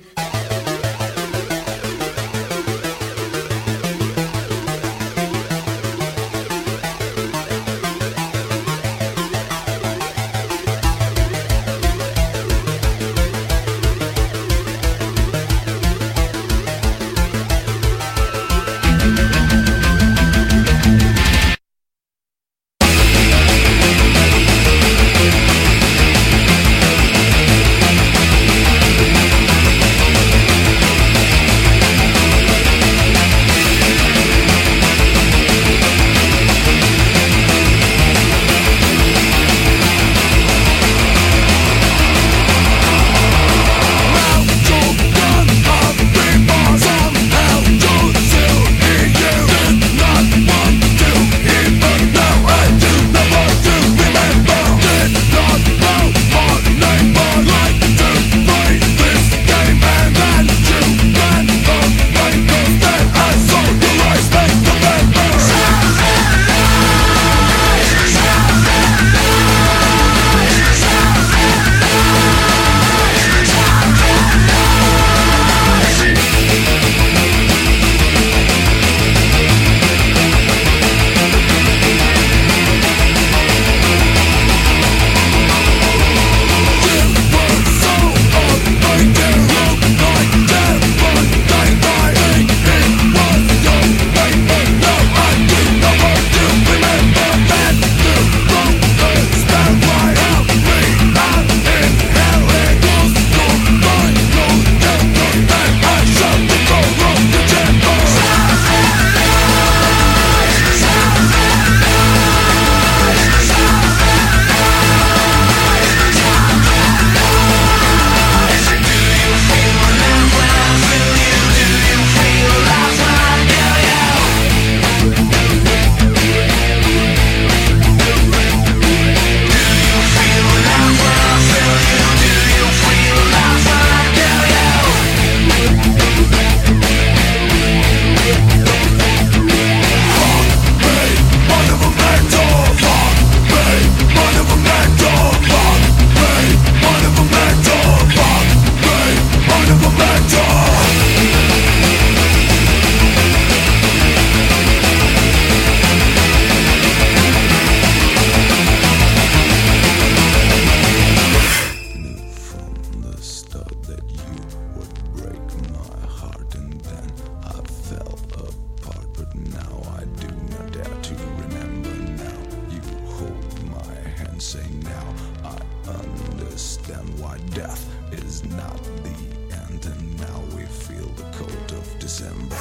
death is not the end, and now we feel the cold of December.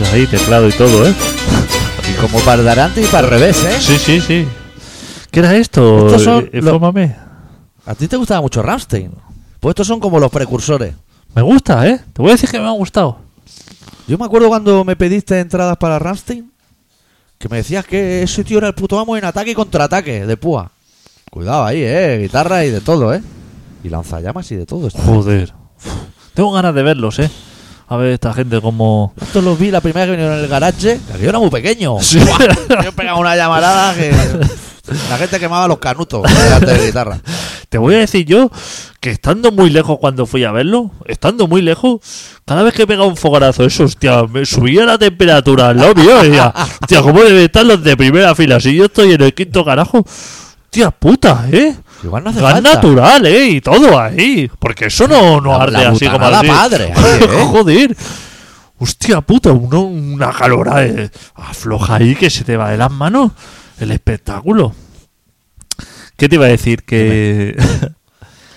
Y ahí, teclado y todo, ¿eh? Y como para adelante y para al revés, ¿eh? Sí, sí, sí. ¿Qué era esto? Estos son Eh, los- Infórmame. A ti te gustaba mucho Rammstein. Pues estos son como los precursores. Me gusta, ¿eh? Te voy a decir que me ha gustado. Yo me acuerdo cuando me pediste entradas para Rammstein, que me decías que ese tío era el puto amo en ataque y contraataque de púa. Cuidado ahí, eh, guitarra y de todo, eh. Y lanzallamas y de todo esto. Joder. Uf. Tengo ganas de verlos, ¿eh? A ver esta gente como... Esto los vi la primera vez que vinieron en el garage, que yo era muy pequeño. Sí. [laughs] Yo pegaba una llamarada que la gente quemaba los canutos delante de guitarra. Te voy a decir yo que estando muy lejos cuando fui a verlo, estando muy lejos, cada vez que pegaba un fogonazo, eso, hostia, me subía la temperatura al lado mío. y decía, hostia, ¿cómo deben estar los de primera fila? Si yo estoy en el quinto carajo, hostia puta, ¿eh? Igual no hace Gas falta. natural, ¿eh? Y todo ahí. Porque eso no, no La- arde la así como butanada así. [laughs] madre, ahí, ¿eh? Joder. Hostia puta, uno- una calora eh, afloja ahí que se te va de las manos. El espectáculo. ¿Qué te iba a decir? Que.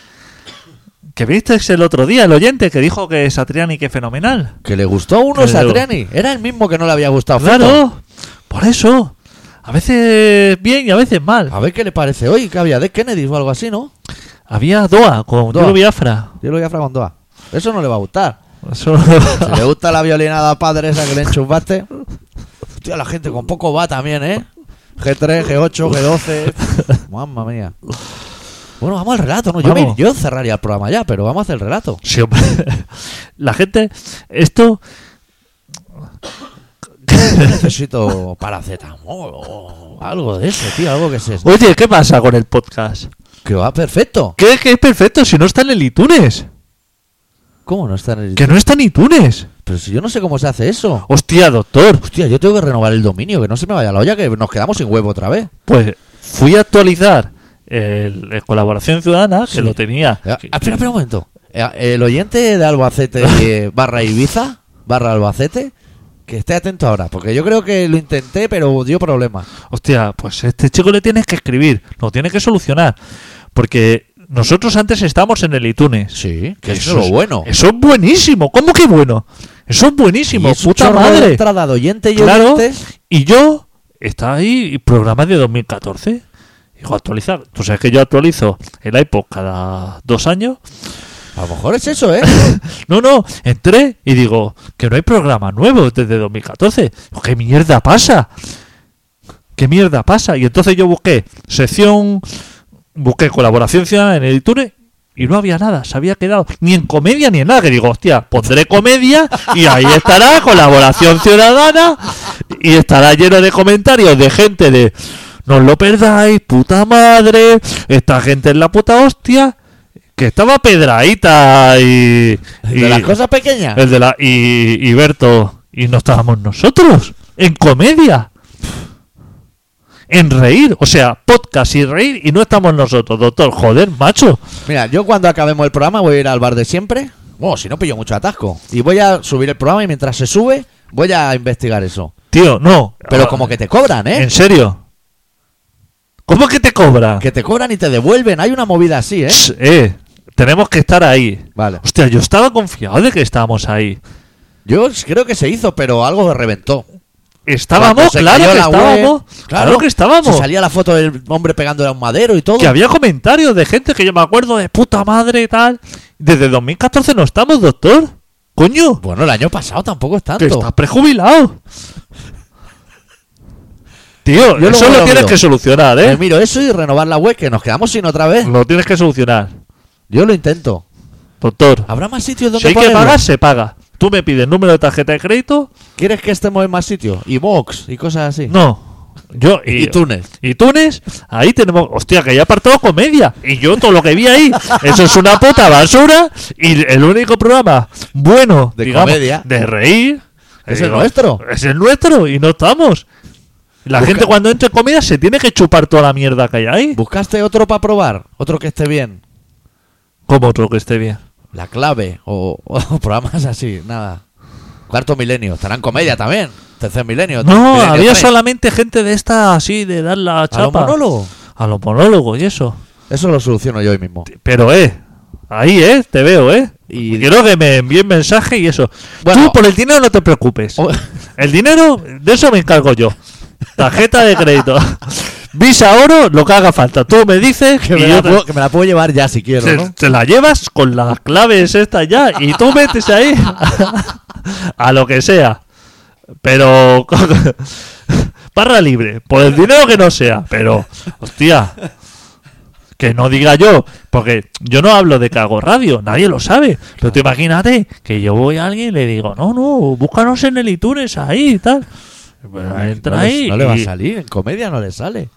[laughs] que viste el otro día el oyente que dijo que Satriani, que fenomenal. Que le gustó a uno Claro. Satriani. Era el mismo que no le había gustado. Fito. Claro, por eso. A veces bien y a veces mal. A ver qué le parece hoy, que había de Kennedy o algo así, ¿no? Había Doa con Doa. Doa. Biafra. Yo lo voy a fragondoar. Eso no le va a gustar. Eso- Si le gusta la violinada padre esa que le enchufaste. Hostia, la gente con poco va también, ¿eh? G3, G8, G12. Mamma mía. Bueno, vamos al relato, ¿no? Yo, me- Vamos. yo cerraría el programa ya, pero vamos a hacer el relato. Sí, hombre. [laughs] La gente, esto, Yo necesito paracetamol o algo de eso, tío. Algo que se... oye, ¿qué pasa con el podcast? Que va perfecto. ¿Qué que es perfecto si no está en el iTunes? ¿Cómo no está en el... Que no está en iTunes. Pero si yo no sé cómo se hace eso. Hostia, doctor, Hostia, yo tengo que renovar el dominio, que no se me vaya la olla, que nos quedamos sin huevo otra vez. pues fui a actualizar el, el colaboración ciudadana que Sí. lo tenía. Ah, Que- espera, espera un momento. Eh, El oyente de [laughs] Albacete eh, barra Ibiza, barra Albacete, que esté atento ahora, porque yo creo que lo intenté, pero dio problemas. Hostia, pues a este chico le tienes que escribir, lo tienes que solucionar, porque nosotros antes estábamos en el iTunes. Sí, que eso, es lo bueno. Eso es buenísimo. ¿Cómo que bueno? Eso es buenísimo, Y es un puta chorro de madre. entrada de oyente y Claro. oyente. Y yo, está ahí, programa de 2014. Digo, actualizar. Tú sabes que yo actualizo el iPod cada dos años. A lo mejor es eso, ¿eh? No, no, entré y digo, que no hay programa nuevo desde 2014. Digo, ¿Qué mierda pasa? ¿Qué mierda pasa? Y entonces yo busqué sección, busqué colaboración ciudadana en el iTunes y no había nada, se había quedado ni en comedia ni en nada. Que digo, hostia, pondré comedia y ahí estará colaboración ciudadana y estará lleno de comentarios de gente de no os lo perdáis, puta madre, esta gente es la puta hostia. Que estaba Pedraíta y. [laughs] y- De las cosas pequeñas. Ah. el de la y, y Berto y no estábamos nosotros en comedia. En reír, o sea, podcast y reír y no estamos nosotros, doctor. Joder, macho. Mira, yo cuando acabemos el programa voy a ir al bar de siempre. Bueno, si no pillo mucho atasco. Y voy a subir el programa y mientras se sube, voy a investigar eso. Tío, no. Pero como que te cobran, ¿eh? Ah. En serio. ¿Cómo que te cobran? Que te cobran y te devuelven. Hay una movida así, ¿eh? Ch, eh, tenemos que estar ahí. Vale. Hostia, yo estaba confiado de que estábamos ahí. Yo creo que se hizo, pero algo reventó. Cuando Estábamos, se claro cayó que la web, estábamos. Claro, que Se estábamos. salía la foto del hombre pegándole a un madero y todo. Que había comentarios de gente que yo me acuerdo de puta madre y tal. Desde 2014 no estamos, doctor. Coño, Bueno, el año pasado tampoco es que tanto. estás prejubilado. Tío, Yo eso luego lo lo tienes miro. que solucionar, Me ¿eh? miro eso y renovar la web, que nos quedamos sin otra vez. Lo tienes que solucionar, Yo lo intento. doctor. ¿Habrá más sitios donde Si hay que ponerlo? pagar, se paga. Tú me pides número de tarjeta de crédito. ¿Quieres que estemos en más sitios? Y Vox y cosas así. No. Yo y, Y Túnez. Y Túnez, ahí tenemos. Hostia, que ya apartado comedia. Y yo todo lo que vi ahí. Eso es una puta basura. Y el único programa bueno, De digamos, comedia. de reír. Es eh, el nuestro. Es el nuestro. Y no estamos. La Busca- gente cuando entre comida se tiene que chupar toda la mierda que hay ahí. ¿Buscaste otro para probar? Otro que esté bien. Como otro que esté bien. La clave o, o [laughs] programas así, nada. Cuarto milenio. Estarán comedia también. Tercer milenio. No, Milenio había tres. solamente gente de esta así, de dar la ¿A los chapa. monólogos? A los monólogos y eso. Eso lo soluciono yo hoy mismo. Pero, eh, ahí, eh, te veo, eh. Y- Quiero que me envíen mensaje y eso. Bueno. Oh. Tú por el dinero no te preocupes. [laughs] O- El dinero, de eso me encargo yo. Tarjeta de [laughs] crédito. Visa oro, lo que haga falta. Tú me dices que, y me yo la te- puedo, que me la puedo llevar ya si quiero, te, ¿no? te la llevas con las claves estas ya y tú metes ahí [laughs] a lo que sea. Pero [laughs] barra libre, por el dinero que no sea, pero hostia, que no diga yo, porque yo no hablo de que hago radio, nadie lo sabe, pero tú imagínate que yo voy a alguien y le digo, no, no, búscanos en el iTunes ahí y tal. Bueno, entra no, ahí. le, no le va a y- salir, en comedia no le sale.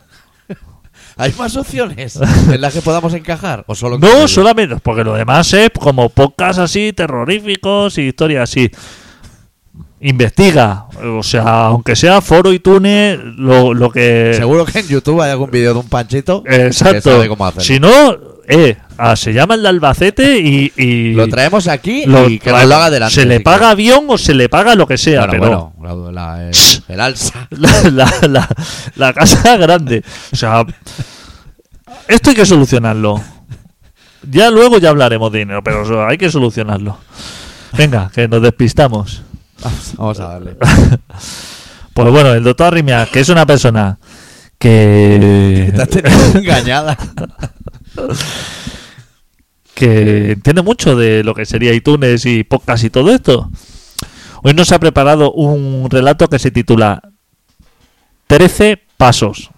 [laughs] Hay más [laughs] opciones en las que podamos encajar o solo en No, comedia? solamente, porque lo demás es como podcasts así, terroríficos y historias así. Investiga, o sea, aunque sea foro y tune, lo, lo que... Seguro que en YouTube hay algún vídeo de un panchito que Exacto. sabe cómo hacerlo. Si no, eh, ah, se llama el de Albacete y... y lo traemos aquí lo y que trae- nos lo haga delante. Se le si paga avión o se le paga lo que sea, quiere. pero... Bueno, bueno, la- la- el, Shh. el [laughs] alza. La, la- la- la casa [laughs] grande. O sea, esto hay que solucionarlo. Ya luego ya hablaremos de dinero, pero o sea, hay que solucionarlo. Venga, que nos despistamos. Vamos a [laughs] darle. Pues bueno, el doctor Arrimia, que es una persona que, Te has tenido engañada. que entiende mucho de lo que sería iTunes y podcast y todo esto, hoy nos ha preparado un relato que se titula 13 Pasos.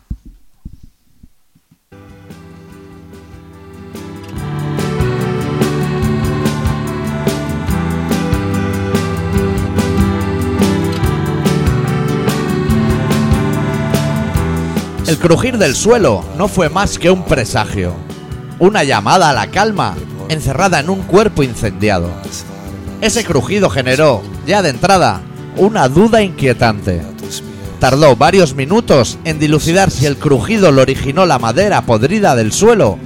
El crujir del suelo no fue más que un presagio, una llamada a la calma encerrada en un cuerpo incendiado. Ese crujido generó, ya de entrada, una duda inquietante. Tardó varios minutos en dilucidar si el crujido lo originó la madera podrida del suelo,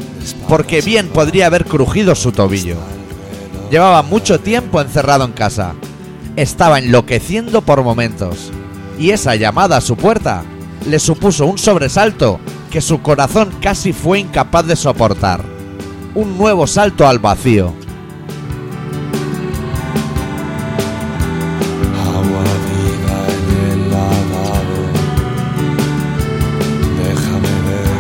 porque bien podría haber crujido su tobillo. Llevaba mucho tiempo encerrado en casa. Estaba enloqueciendo por momentos. Y esa llamada a su puerta le supuso un sobresalto que su corazón casi fue incapaz de soportar. Un nuevo salto al vacío. Agua viva en el lavabo. Déjame ver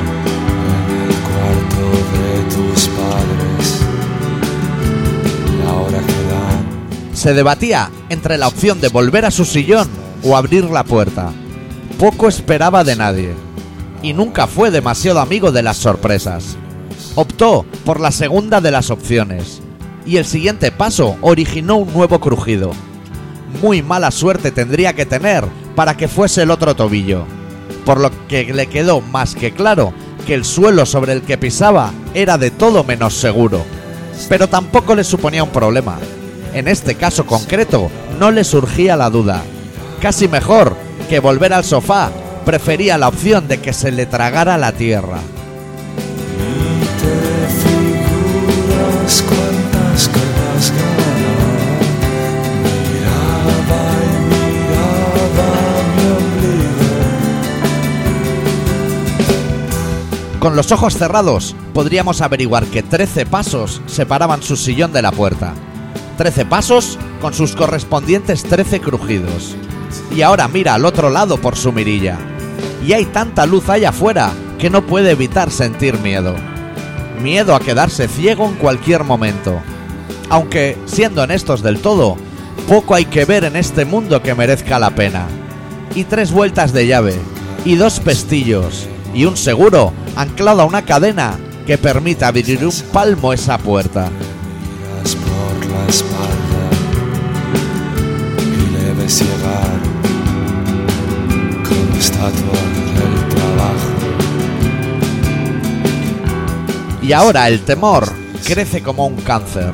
en el cuarto de tus padres. La hora que dan. Se debatía entre la opción de volver a su sillón o abrir la puerta. Poco esperaba de nadie. Y nunca fue demasiado amigo de las sorpresas. Optó por la segunda de las opciones. Y el siguiente paso originó un nuevo crujido. Muy mala suerte tendría que tener para que fuese el otro tobillo. Por lo que le quedó más que claro que el suelo sobre el que pisaba era de todo menos seguro pero tampoco le suponía un problema. En este caso concreto, no le surgía la duda. Casi mejor que volver al sofá, prefería la opción de que se le tragara la tierra. Y te figuras cuántas cosas ganas. Miraba y miraba mi ombligo. Con los ojos cerrados, podríamos averiguar que 13 pasos separaban su sillón de la puerta. 13 pasos con sus correspondientes 13 crujidos. Y ahora mira al otro lado por su mirilla. Y hay tanta luz allá afuera que no puede evitar sentir miedo. Miedo a quedarse ciego en cualquier momento. Aunque, siendo honestos del todo, poco hay que ver en este mundo que merezca la pena. Y tres vueltas de llave, y dos pestillos, y un seguro anclado a una cadena que permita abrir un palmo esa puerta. miras por la espalda y le ves llegar como estatua del trabajo. Y ahora el temor crece como un cáncer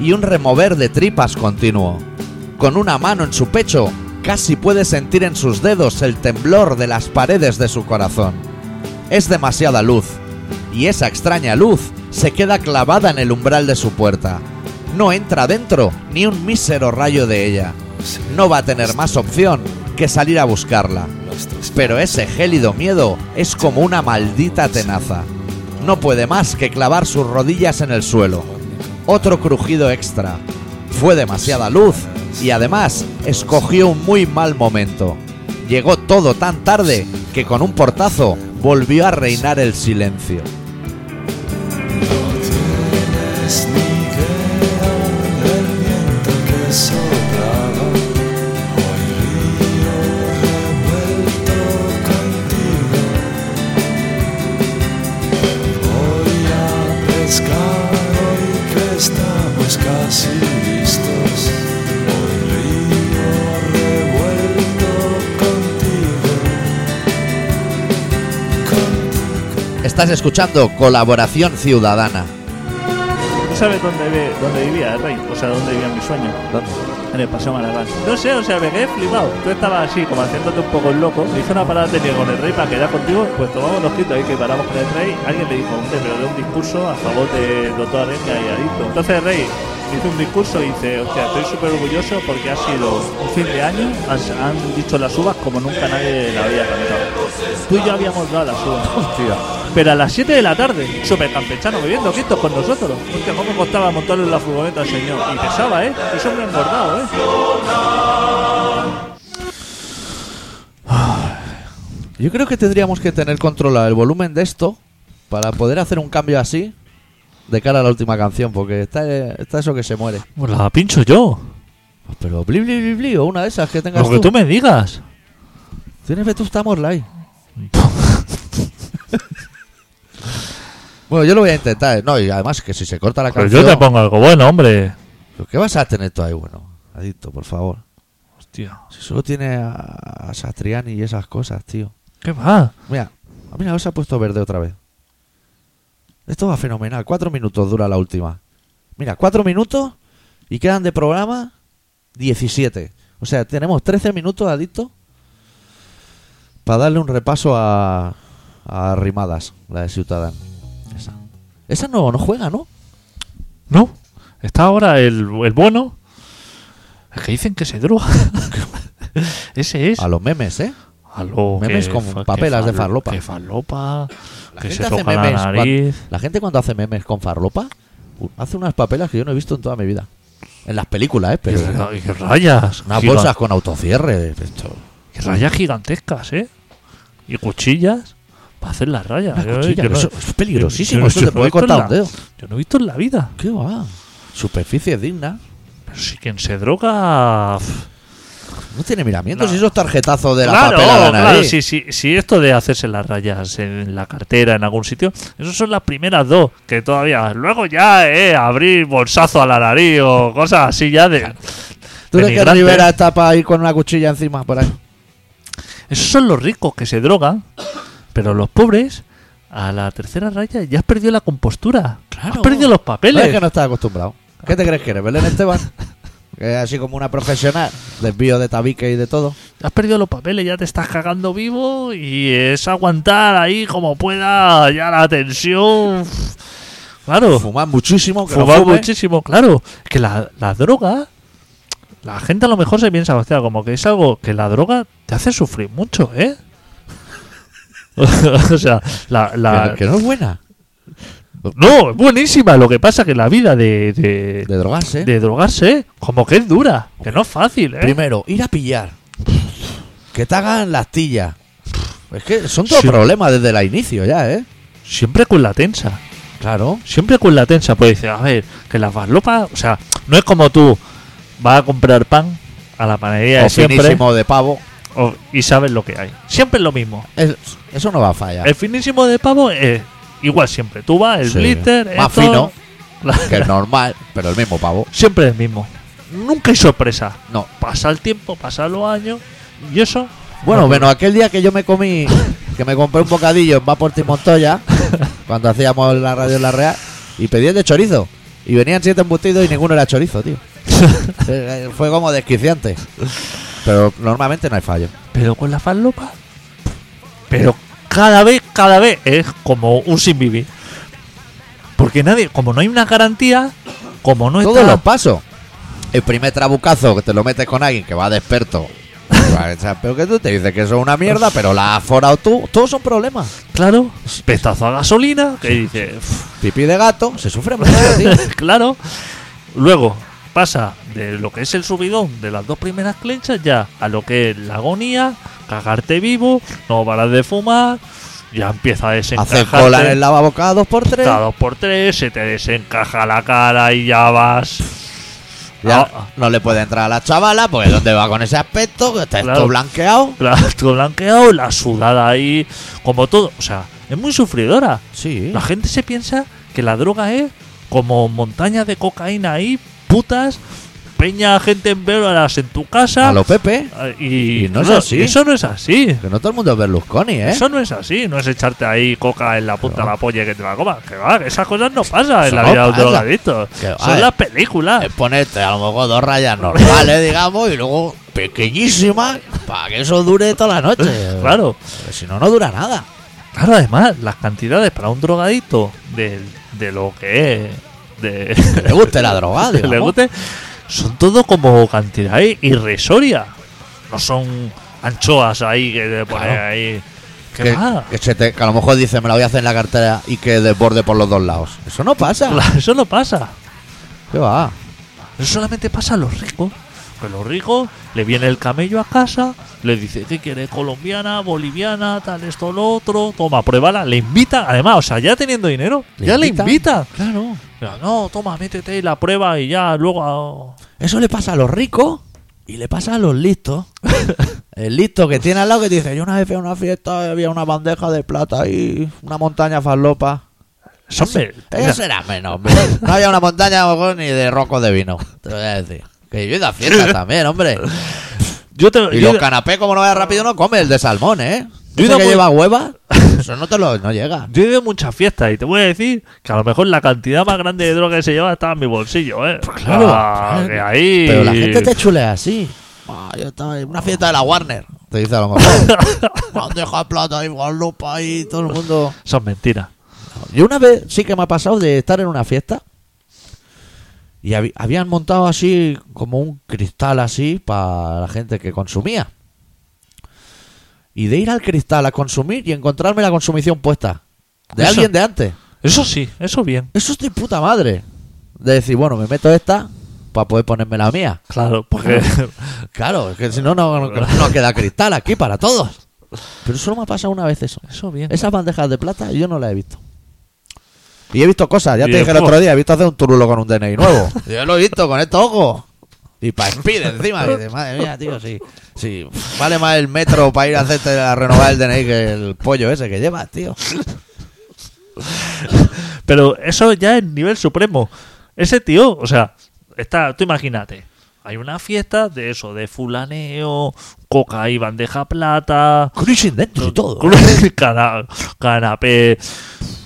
y un remover de tripas continuo. Con una mano en su pecho, casi puede sentir en sus dedos el temblor de las paredes de su corazón. Es demasiada luz, y esa extraña luz se queda clavada en el umbral de su puerta. No entra dentro ni un mísero rayo de ella. No va a tener más opción que salir a buscarla. Los tres Pero ese gélido miedo es como una maldita tenaza. No puede más que clavar sus rodillas en el suelo. Otro crujido extra. Fue demasiada luz y además escogió un muy mal momento. Llegó todo tan tarde que con un portazo volvió a reinar el silencio. Es ni idea del viento que soplaba Hoy río revuelto contigo Voy a pescar hoy que estamos casi listos Hoy río revuelto contigo Estás escuchando Colaboración Ciudadana. ¿Tú sabes dónde, ve- dónde vivía el rey? O sea, dónde vivía mi sueño. ¿Dónde? En el Paseo Maragall. No sé, o sea, me quedé flipado. Tú estabas así, como haciéndote un poco el loco. Me hizo una parada técnica con el rey para quedar contigo. Pues tomamos los quitos ahí que paramos con el rey. Alguien le dijo, hombre, pero de un discurso a favor de doctor Arenga y Adicto. Entonces el rey hizo un discurso y dice, hostia, estoy súper orgulloso porque ha sido un fin de año. Has- han dicho las uvas como nunca nadie la había cantado. Tú y yo habíamos dado las uvas. Pero a las 7 de la tarde, super campechano bebiendo quietos con nosotros. Hostia, cómo costaba montarlo en la furgoneta al señor. Y pesaba, ¿eh? Es hombre engordado, ¿eh? Yo creo que tendríamos que tener controlado el volumen de esto para poder hacer un cambio así de cara a la última canción, porque está, está eso que se muere. Pues la pincho yo. Pero bli bli bli bli, o una de esas que tengas Lo que tú me digas. Tienes Vetusta Morla [laughs] ahí. bueno, yo lo voy a intentar. No, y además que si se corta la Pero canción... yo te pongo algo bueno, hombre. ¿Pero ¿Qué vas a tener tú ahí, bueno? Adicto, por favor. Hostia. Si solo tiene a, a Satriani y esas cosas, tío. ¿Qué va? Mira, ah, mira, ahora se ha puesto verde otra vez. Esto va fenomenal. Cuatro minutos dura la última. Mira, cuatro minutos y quedan de programa 17. O sea, tenemos 13 minutos, adicto, para darle un repaso a, a Rimadas, la de Ciutadán. Esa. Esa no, no juega, ¿no? No. Está ahora el, el bueno. El que dicen que se droga. [laughs] Ese es. A los memes, ¿eh? A lo memes con fa- papelas de farlo- farlopa. Que farlopa. La que gente se hace toca la memes cuan- nariz. La gente cuando hace memes con farlopa, u- hace unas papelas que yo no he visto en toda mi vida. En las películas, ¿eh? Pero... y ra- y rayas. Unas gigan- bolsas con autocierre. Esto. y rayas gigantescas, ¿eh? Y cuchillas. Para hacer las rayas. Una Yo- cuchilla, yo que no- eso es peligrosísimo. yo- yo eso no te he puede visto cortar la- un dedo. Yo no he visto en la vida. ¿Qué va? Superficie digna. Pero si quien se droga. pf, No tiene miramientos. Y esos tarjetazos de la claro, papel a la claro, nariz. si, si, si esto de hacerse las rayas en la cartera, en algún sitio, esas son las primeras dos que todavía. Luego ya, eh, abrir bolsazo a la nariz o cosas así ya de. ¿Tú crees que denigrante. Rivera está para ir con una cuchilla encima por ahí? Esos son los ricos que se drogan, pero los pobres, a la tercera raya ya has perdido la compostura. Has perdido los Es papeles. que no estás acostumbrado. ¿Qué te crees que eres? Belén [laughs] Esteban. que es así como una profesional. Desvío de tabique y de todo. Has perdido los papeles, ya te estás cagando vivo y es aguantar ahí como pueda ya la tensión. Claro. Fumar muchísimo. que no Fumar fume. muchísimo, claro. Es que la, la droga, la gente a lo mejor se piensa, hostia, como que es algo que la droga te hace sufrir mucho, ¿eh? [laughs] o sea, la, la- Que, no- que no es buena No, es buenísima. Lo que pasa que la vida de, de, de ¿eh? drogarse. de drogarse, como que es dura, que no es fácil, ¿eh? Primero, ir a pillar. Que te hagan las tillas. Es que son todos Sí. problemas desde la inicio ya, ¿eh? Siempre con la tensa. Claro. Siempre con la tensa, pues dice, a ver, que las vaslopas, o sea, no es como tú vas a comprar pan a la panadería O de siempre finísimo de pavo. o- y sabes lo que hay. Siempre es lo mismo. Es- eso no va a fallar. El finísimo de pavo es igual siempre. Tú vas, el Sí. blister, Más esto- [laughs] fino. La- Que es normal, pero el mismo pavo. siempre es el mismo. Nunca hay sorpresa. No. Pasa el tiempo, pasan los años y eso. Bueno, menos aquel día que yo me comí, que me compré un bocadillo en Vapor Montoya, cuando hacíamos la radio en la Real, y pedí el de chorizo. Y venían siete embustidos y ninguno era chorizo, [laughs] tío. Eh, eh, Fue como desquiciante. Pero normalmente no hay fallo. Pero con la farlopa. Pero cada vez, cada vez es como un sin vivir. Porque nadie, como no hay una garantía, como no Todos los está. pasos. El primer trabucazo que te lo metes con alguien que va [laughs] desperto. O sea, Pero que tú te dices que eso es una mierda, pero la has forado tú. Todos son problemas. Claro, pestazo a gasolina, que dice. [laughs] "Uf, Pipí de gato, se sufre mucho, tío. [laughs] claro. Luego pasa de lo que es el subidón de las dos primeras clenchas ya a lo que es la agonía, cagarte vivo, no paras de fumar, ya empieza a Hacer desencajarte. cola en el lavabo dos por tres. Cada dos por tres, se te desencaja la cara y ya vas. Ya Ah, no le puede entrar a la chavala porque ¿dónde va con ese aspecto? Que está Claro. esto blanqueado. la- todo blanqueado, la sudada ahí, como todo. O sea, es muy sufridora. Sí. La gente se piensa que la droga es como montañas de cocaína ahí, putas, peña, gente en velas en tu casa. A lo Pepe. eh, y, y no es claro, así. Eso no es así. Que no todo el mundo es Berlusconi, ¿eh? Eso no es así, no es echarte ahí coca en la punta de la polla y que te la comas. Que va, que esas cosas no pasan en Eso la no vida de un pasa. drogadicto. Que va, Son eh. las películas. Es ponerte a lo mejor dos rayas [laughs] normales, digamos, y luego pequeñísimas para que eso dure toda la noche. [laughs] Claro. Porque Si no, no dura nada. Claro, además, las cantidades para un drogadicto de, de lo que es. De, Que le [laughs] guste la droga, que le digamos. guste, son todo como cantidades irrisorias. No son anchoas ahí que te ponen Claro. ahí. ¿Qué Que, va? que se te- que a lo mejor dice, me la voy a hacer en la cartera y que desborde por los dos lados. Eso no pasa. Claro, [laughs] Eso no pasa. ¿Qué va? Eso solamente pasa a los ricos. Que los ricos le viene el camello a casa, le dice que quiere colombiana, boliviana, tal, esto, lo otro. Toma, pruébala. Le invita, además, o sea, ya teniendo dinero, Le ya invitan. le invita. Claro. Ya, No, toma, métete y la prueba y ya luego. Eso le pasa a los ricos y le pasa a los [laughs] listos. El listo que tiene al lado que te dice, yo una vez fui a una fiesta, había una bandeja de plata y una montaña farlopa. Son me- mira, Eso era menos, hombre. No había una montaña ojo, ni de rocos de vino. Te voy a decir. Que yo he ido a [laughs] fiesta también, hombre. yo te, Y yo- los canapés, como no vaya rápido, no come el de salmón, ¿eh? Yo Ese he ido que muy- lleva [laughs] huevas, eso no te lo no llega. Yo he ido a muchas fiestas y te voy a decir que a lo mejor la cantidad más grande de droga que se lleva estaba en mi bolsillo, ¿eh? Pues claro, Ah, claro. que ahí. Pero la gente te chulea así. Ah, yo estaba en una fiesta de la Warner. Te dice a lo mejor. [laughs] Bandeja de plata y farlopa y todo el mundo. Son mentiras. Yo una vez sí que me ha pasado de estar en una fiesta y habi- habían montado así como un cristal así para la gente que consumía. Y de ir al cristal a consumir y encontrarme la consumición puesta. De Eso- alguien de antes. Eso sí, eso bien. Eso es de puta madre. De decir, bueno, me meto esta para poder ponerme la mía. Claro, porque. Claro, es que si no, no, no- no queda cristal aquí para todos. Pero solo me ha pasado una vez eso. eso bien. Esas bandejas de plata yo no las he visto. Y he visto cosas, ya Y te dije el después- otro día, he visto hacer un turulo con un DNI nuevo. [laughs] yo lo he visto con este estos ojos. Y para Speed encima, que dices, madre mía, tío, sí. sí. Vale más el metro para ir a hacerte a renovar el DNI que el pollo ese que llevas, tío. Pero eso ya es nivel supremo. Ese tío, o sea, está, tú imagínate. Hay una fiesta de eso, de fulaneo, coca y bandeja plata, Cruising dentro y todo. [laughs] cana- canapé,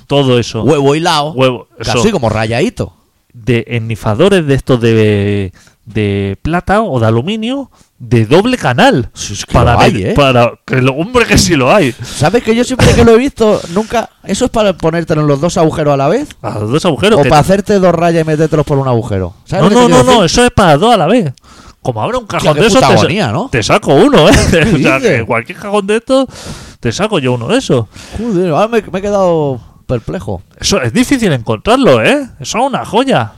todo eso. Huevo hilado. Huevo, eso. Casi como rayadito. de ennifadores de estos de, de plata o de aluminio de doble canal. Sí, es que lo hay, me- ¿eh? para que lo, hombre que sí lo hay. ¿Sabes que yo siempre que lo he visto, nunca. Eso es para ponértelo en los dos agujeros a la vez. A los dos agujeros. O que- para hacerte dos rayas y metértelos por un agujero. ¿Sabes no, lo que no, te no, quiero no, decir? eso es para dos a la vez. Como abra un cajón qué de esos, puta te, sa- agonía, ¿no? [laughs] te saco uno, ¿eh? O sea, dices? que cualquier cajón de estos te saco yo uno de esos. Joder, ahora me, me he quedado perplejo. Eso es difícil encontrarlo, ¿eh? Eso es una joya.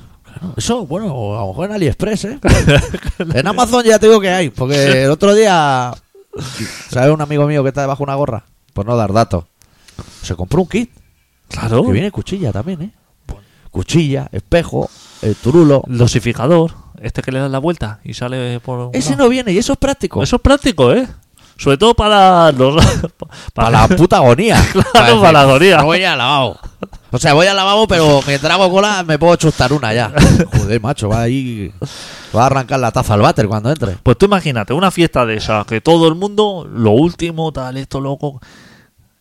Eso, bueno, o a lo mejor en AliExpress, ¿eh? [laughs] en Amazon ya te digo que hay, porque el otro día, ¿sabes un amigo mío que está debajo de una gorra? Por no dar datos. Se compró un kit, Claro. que viene cuchilla también, ¿eh? Cuchilla, espejo, eh, turulo. Dosificador. Este que le das la vuelta y sale por. un Ese lado. no viene y eso es práctico. Eso es práctico, ¿eh? Sobre todo para los. [laughs] Para la puta agonía. [laughs] Claro, para la agonía. No voy al lavabo. O sea, voy al lavabo, pero mientras hago cola me puedo chustar una ya. Joder, macho, va ahí. Va a arrancar la taza al váter cuando entre. Pues tú imagínate, una fiesta de esas, que todo el mundo, lo último, tal, esto, loco.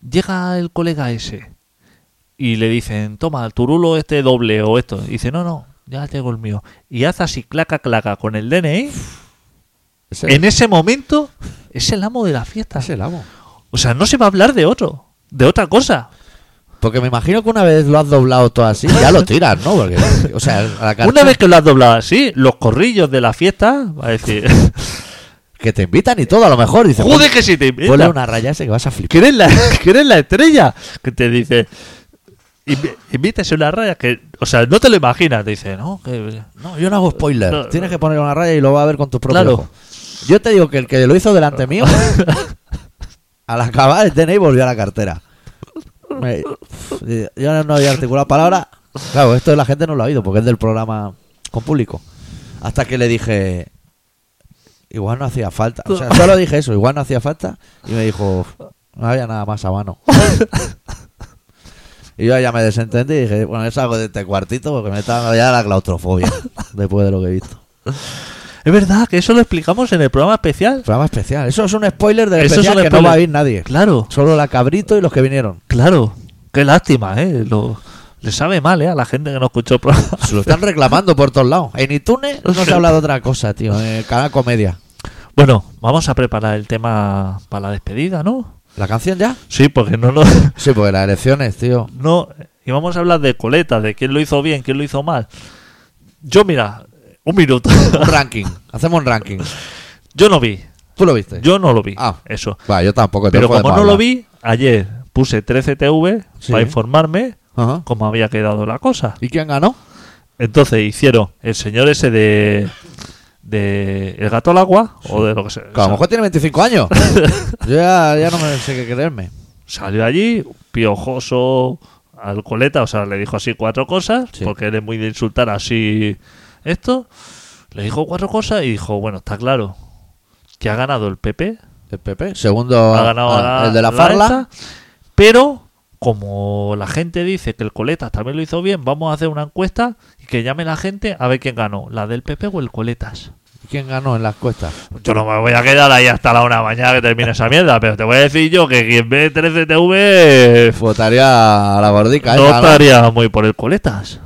Llega el colega ese y le dicen, toma, el turulo este doble o esto. Y dice, no, no, ya tengo el mío. Y hace así, claca, claca, con el DNI. Es el, En ese momento es el amo de la fiesta. es el amo. O sea, no se va a hablar de otro, de otra cosa. Porque me imagino que una vez lo has doblado todo así, ya lo tiras, ¿no? Porque, o sea, a la carta Una vez que lo has doblado así, los corrillos de la fiesta, va a decir, que te invitan y todo, a lo mejor. Dices, joder que si te invita. ponle una raya ese que vas a flipar. que eres la, [laughs] que eres la estrella. Que te dice, "Invi- invítese una raya. que O sea, no te lo imaginas. Te dice, no, que, No, yo no hago spoiler. No, Tienes que poner una raya y lo vas a ver con tus propios Claro. ojos. Yo te digo que el que lo hizo delante mío, al acabar el DNI volvió a la cartera. Me- yo no- no había articulado palabra. Claro, esto la gente no lo ha oído porque es del programa con público. Hasta que le dije, igual no hacía falta. O sea, solo dije eso, igual no hacía falta. Y me dijo, no había nada más a mano. Y yo ya me desentendí y dije, bueno, yo salgo de este cuartito porque me estaba ya la claustrofobia después de lo que he visto. es verdad que eso lo explicamos en el programa especial. Programa especial. Eso es un spoiler del Eso es especial un que no spoiler. va a ir nadie. Claro, Solo la cabrito y los que vinieron. claro. Qué lástima, ¿eh? Lo, le sabe mal, ¿eh? A la gente que no escuchó el programa. [laughs] Se lo están reclamando por todos lados. En iTunes no se habla de otra cosa, tío. En el canal Comedia. Bueno, vamos a preparar el tema para la despedida, ¿no? ¿La canción ya? Sí, porque no nos... Sí, porque las elecciones, tío. No, y vamos a hablar de coleta, de quién lo hizo bien, quién lo hizo mal. Yo, mira, un minuto. [laughs] Un ranking. Hacemos un ranking. Yo no vi, ¿Tú lo viste? yo no lo vi. Ah. Eso. Bah, yo tampoco. Pero entonces como no podemos lo hablar. vi, ayer puse 13TV Sí. para informarme Ajá. cómo había quedado la cosa. ¿Y quién ganó? Entonces hicieron el señor ese de. de El gato al agua, o de lo que sea. Que a lo mejor tiene 25 años. Yo ya, ya no me sé qué creerme. Salió allí, piojoso, al coleta, o sea, le dijo así cuatro cosas, Sí. porque él es muy de insultar así esto. Le dijo cuatro cosas y dijo, bueno, está claro que ha ganado el PP, El PP. Segundo, ha ganado ah, la- el de la, la farla. esta, pero como la gente dice que el Coletas también lo hizo bien, vamos a hacer una encuesta y que llame la gente a ver quién ganó, la del PP o el Coletas. ¿Y ¿Quién ganó en las cuestas? Yo no me voy a quedar ahí hasta la una mañana que termine esa mierda, pero te voy a decir yo que quien ve 13TV Pues Votaría a la gordica. no esa, estaría muy por el Coletas.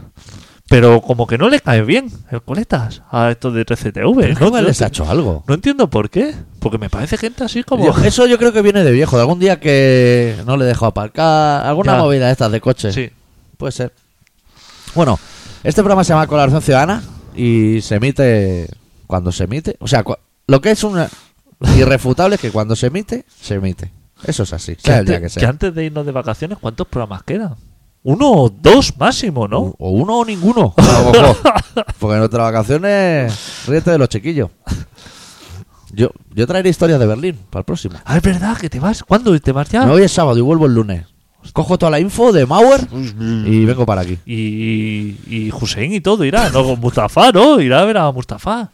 Pero como que no le cae bien el Coletas a estos de 13TV. Pero No, ¿cómo les ha no, hecho algo? no entiendo por qué, porque me parece gente así como... Yo- eso yo creo que viene de viejo, de algún día que no le dejó aparcar, alguna Ya. movida de estas de coche. Sí. Puede ser. Bueno, este programa se llama Colaboración Ciudadana y se emite cuando se emite. O sea, cu- lo que es una irrefutable es que cuando se emite, se emite. Eso es así, Que sea el día que antes, que sea. antes de irnos de vacaciones, ¿cuántos programas quedan? Uno o dos máximo, ¿no? O [laughs] uno o ninguno. a lo mejor. Porque en nuestras vacaciones, ríete de los chiquillos. Yo, yo traeré historias de Berlín para el próximo. Ah, es verdad que te vas. ¿Cuándo te vas ya? Me voy el sábado y vuelvo el lunes. Cojo toda la info de Mauer y vengo para aquí. Y, y Hussein y todo irá, ¿no? Con Mustafa, ¿no? Irá a ver a Mustafa.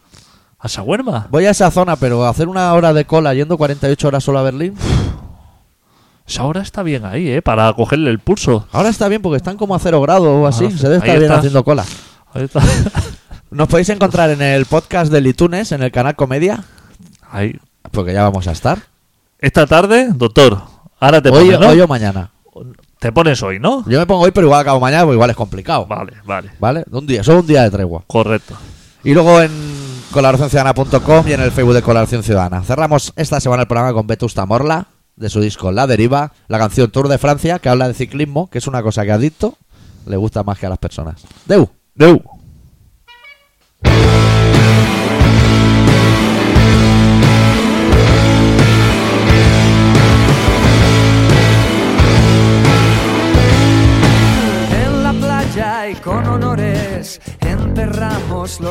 A Saguerma. Voy a esa zona, pero hacer una hora de cola yendo 48 horas solo a Berlín. Esa hora está bien ahí, ¿eh? Para cogerle el pulso. Ahora está bien porque están como a cero grado o así. Ah, Se debe estar ahí bien está. haciendo cola. Ahí, está. [laughs] Nos podéis encontrar en el podcast de Litunes, en el canal Comedia, Ahí. porque ya vamos a estar. Esta tarde, doctor. Ahora te Hoy, pones, ¿no? hoy o mañana. Te pones hoy, ¿no? Yo me pongo hoy, pero igual acabo mañana, porque igual es complicado. Vale, vale. ¿Vale? Un día, solo un día de tregua. Correcto. Y luego en colaboracionciudadana.com y en el Facebook de Colaboración Ciudadana. Cerramos esta semana el programa con Vetusta Morla, de su disco La Deriva, la canción Tour de Francia, que habla de ciclismo, que es una cosa que adicto le gusta más que a las personas. Deu. Deu. Tour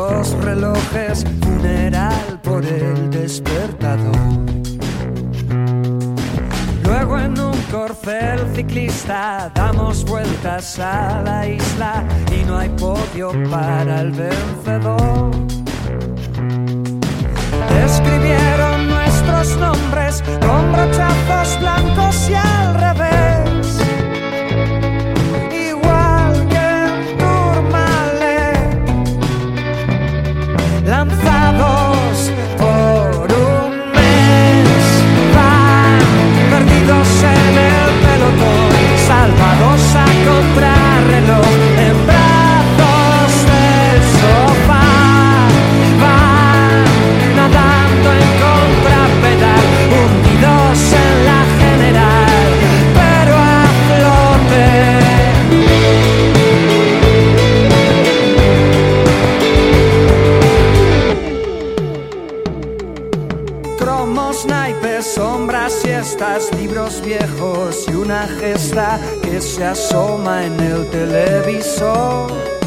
los relojes, funeral por el despertador. Luego en un corcel ciclista damos vueltas a la isla y no hay podio para el vencedor. Escribieron nuestros nombres con brochazos blancos y al revés. Igual que en Tourmalet, lanzados por un mes, van perdidos en el pelotón, salvados a contrarreloj, en brazos del sofá, van nadando en contrapedal, hundidos en la general, pero a flote. cromos, naipes, sombras, siestas, libros viejos y una gesta que se asoma en el televisor.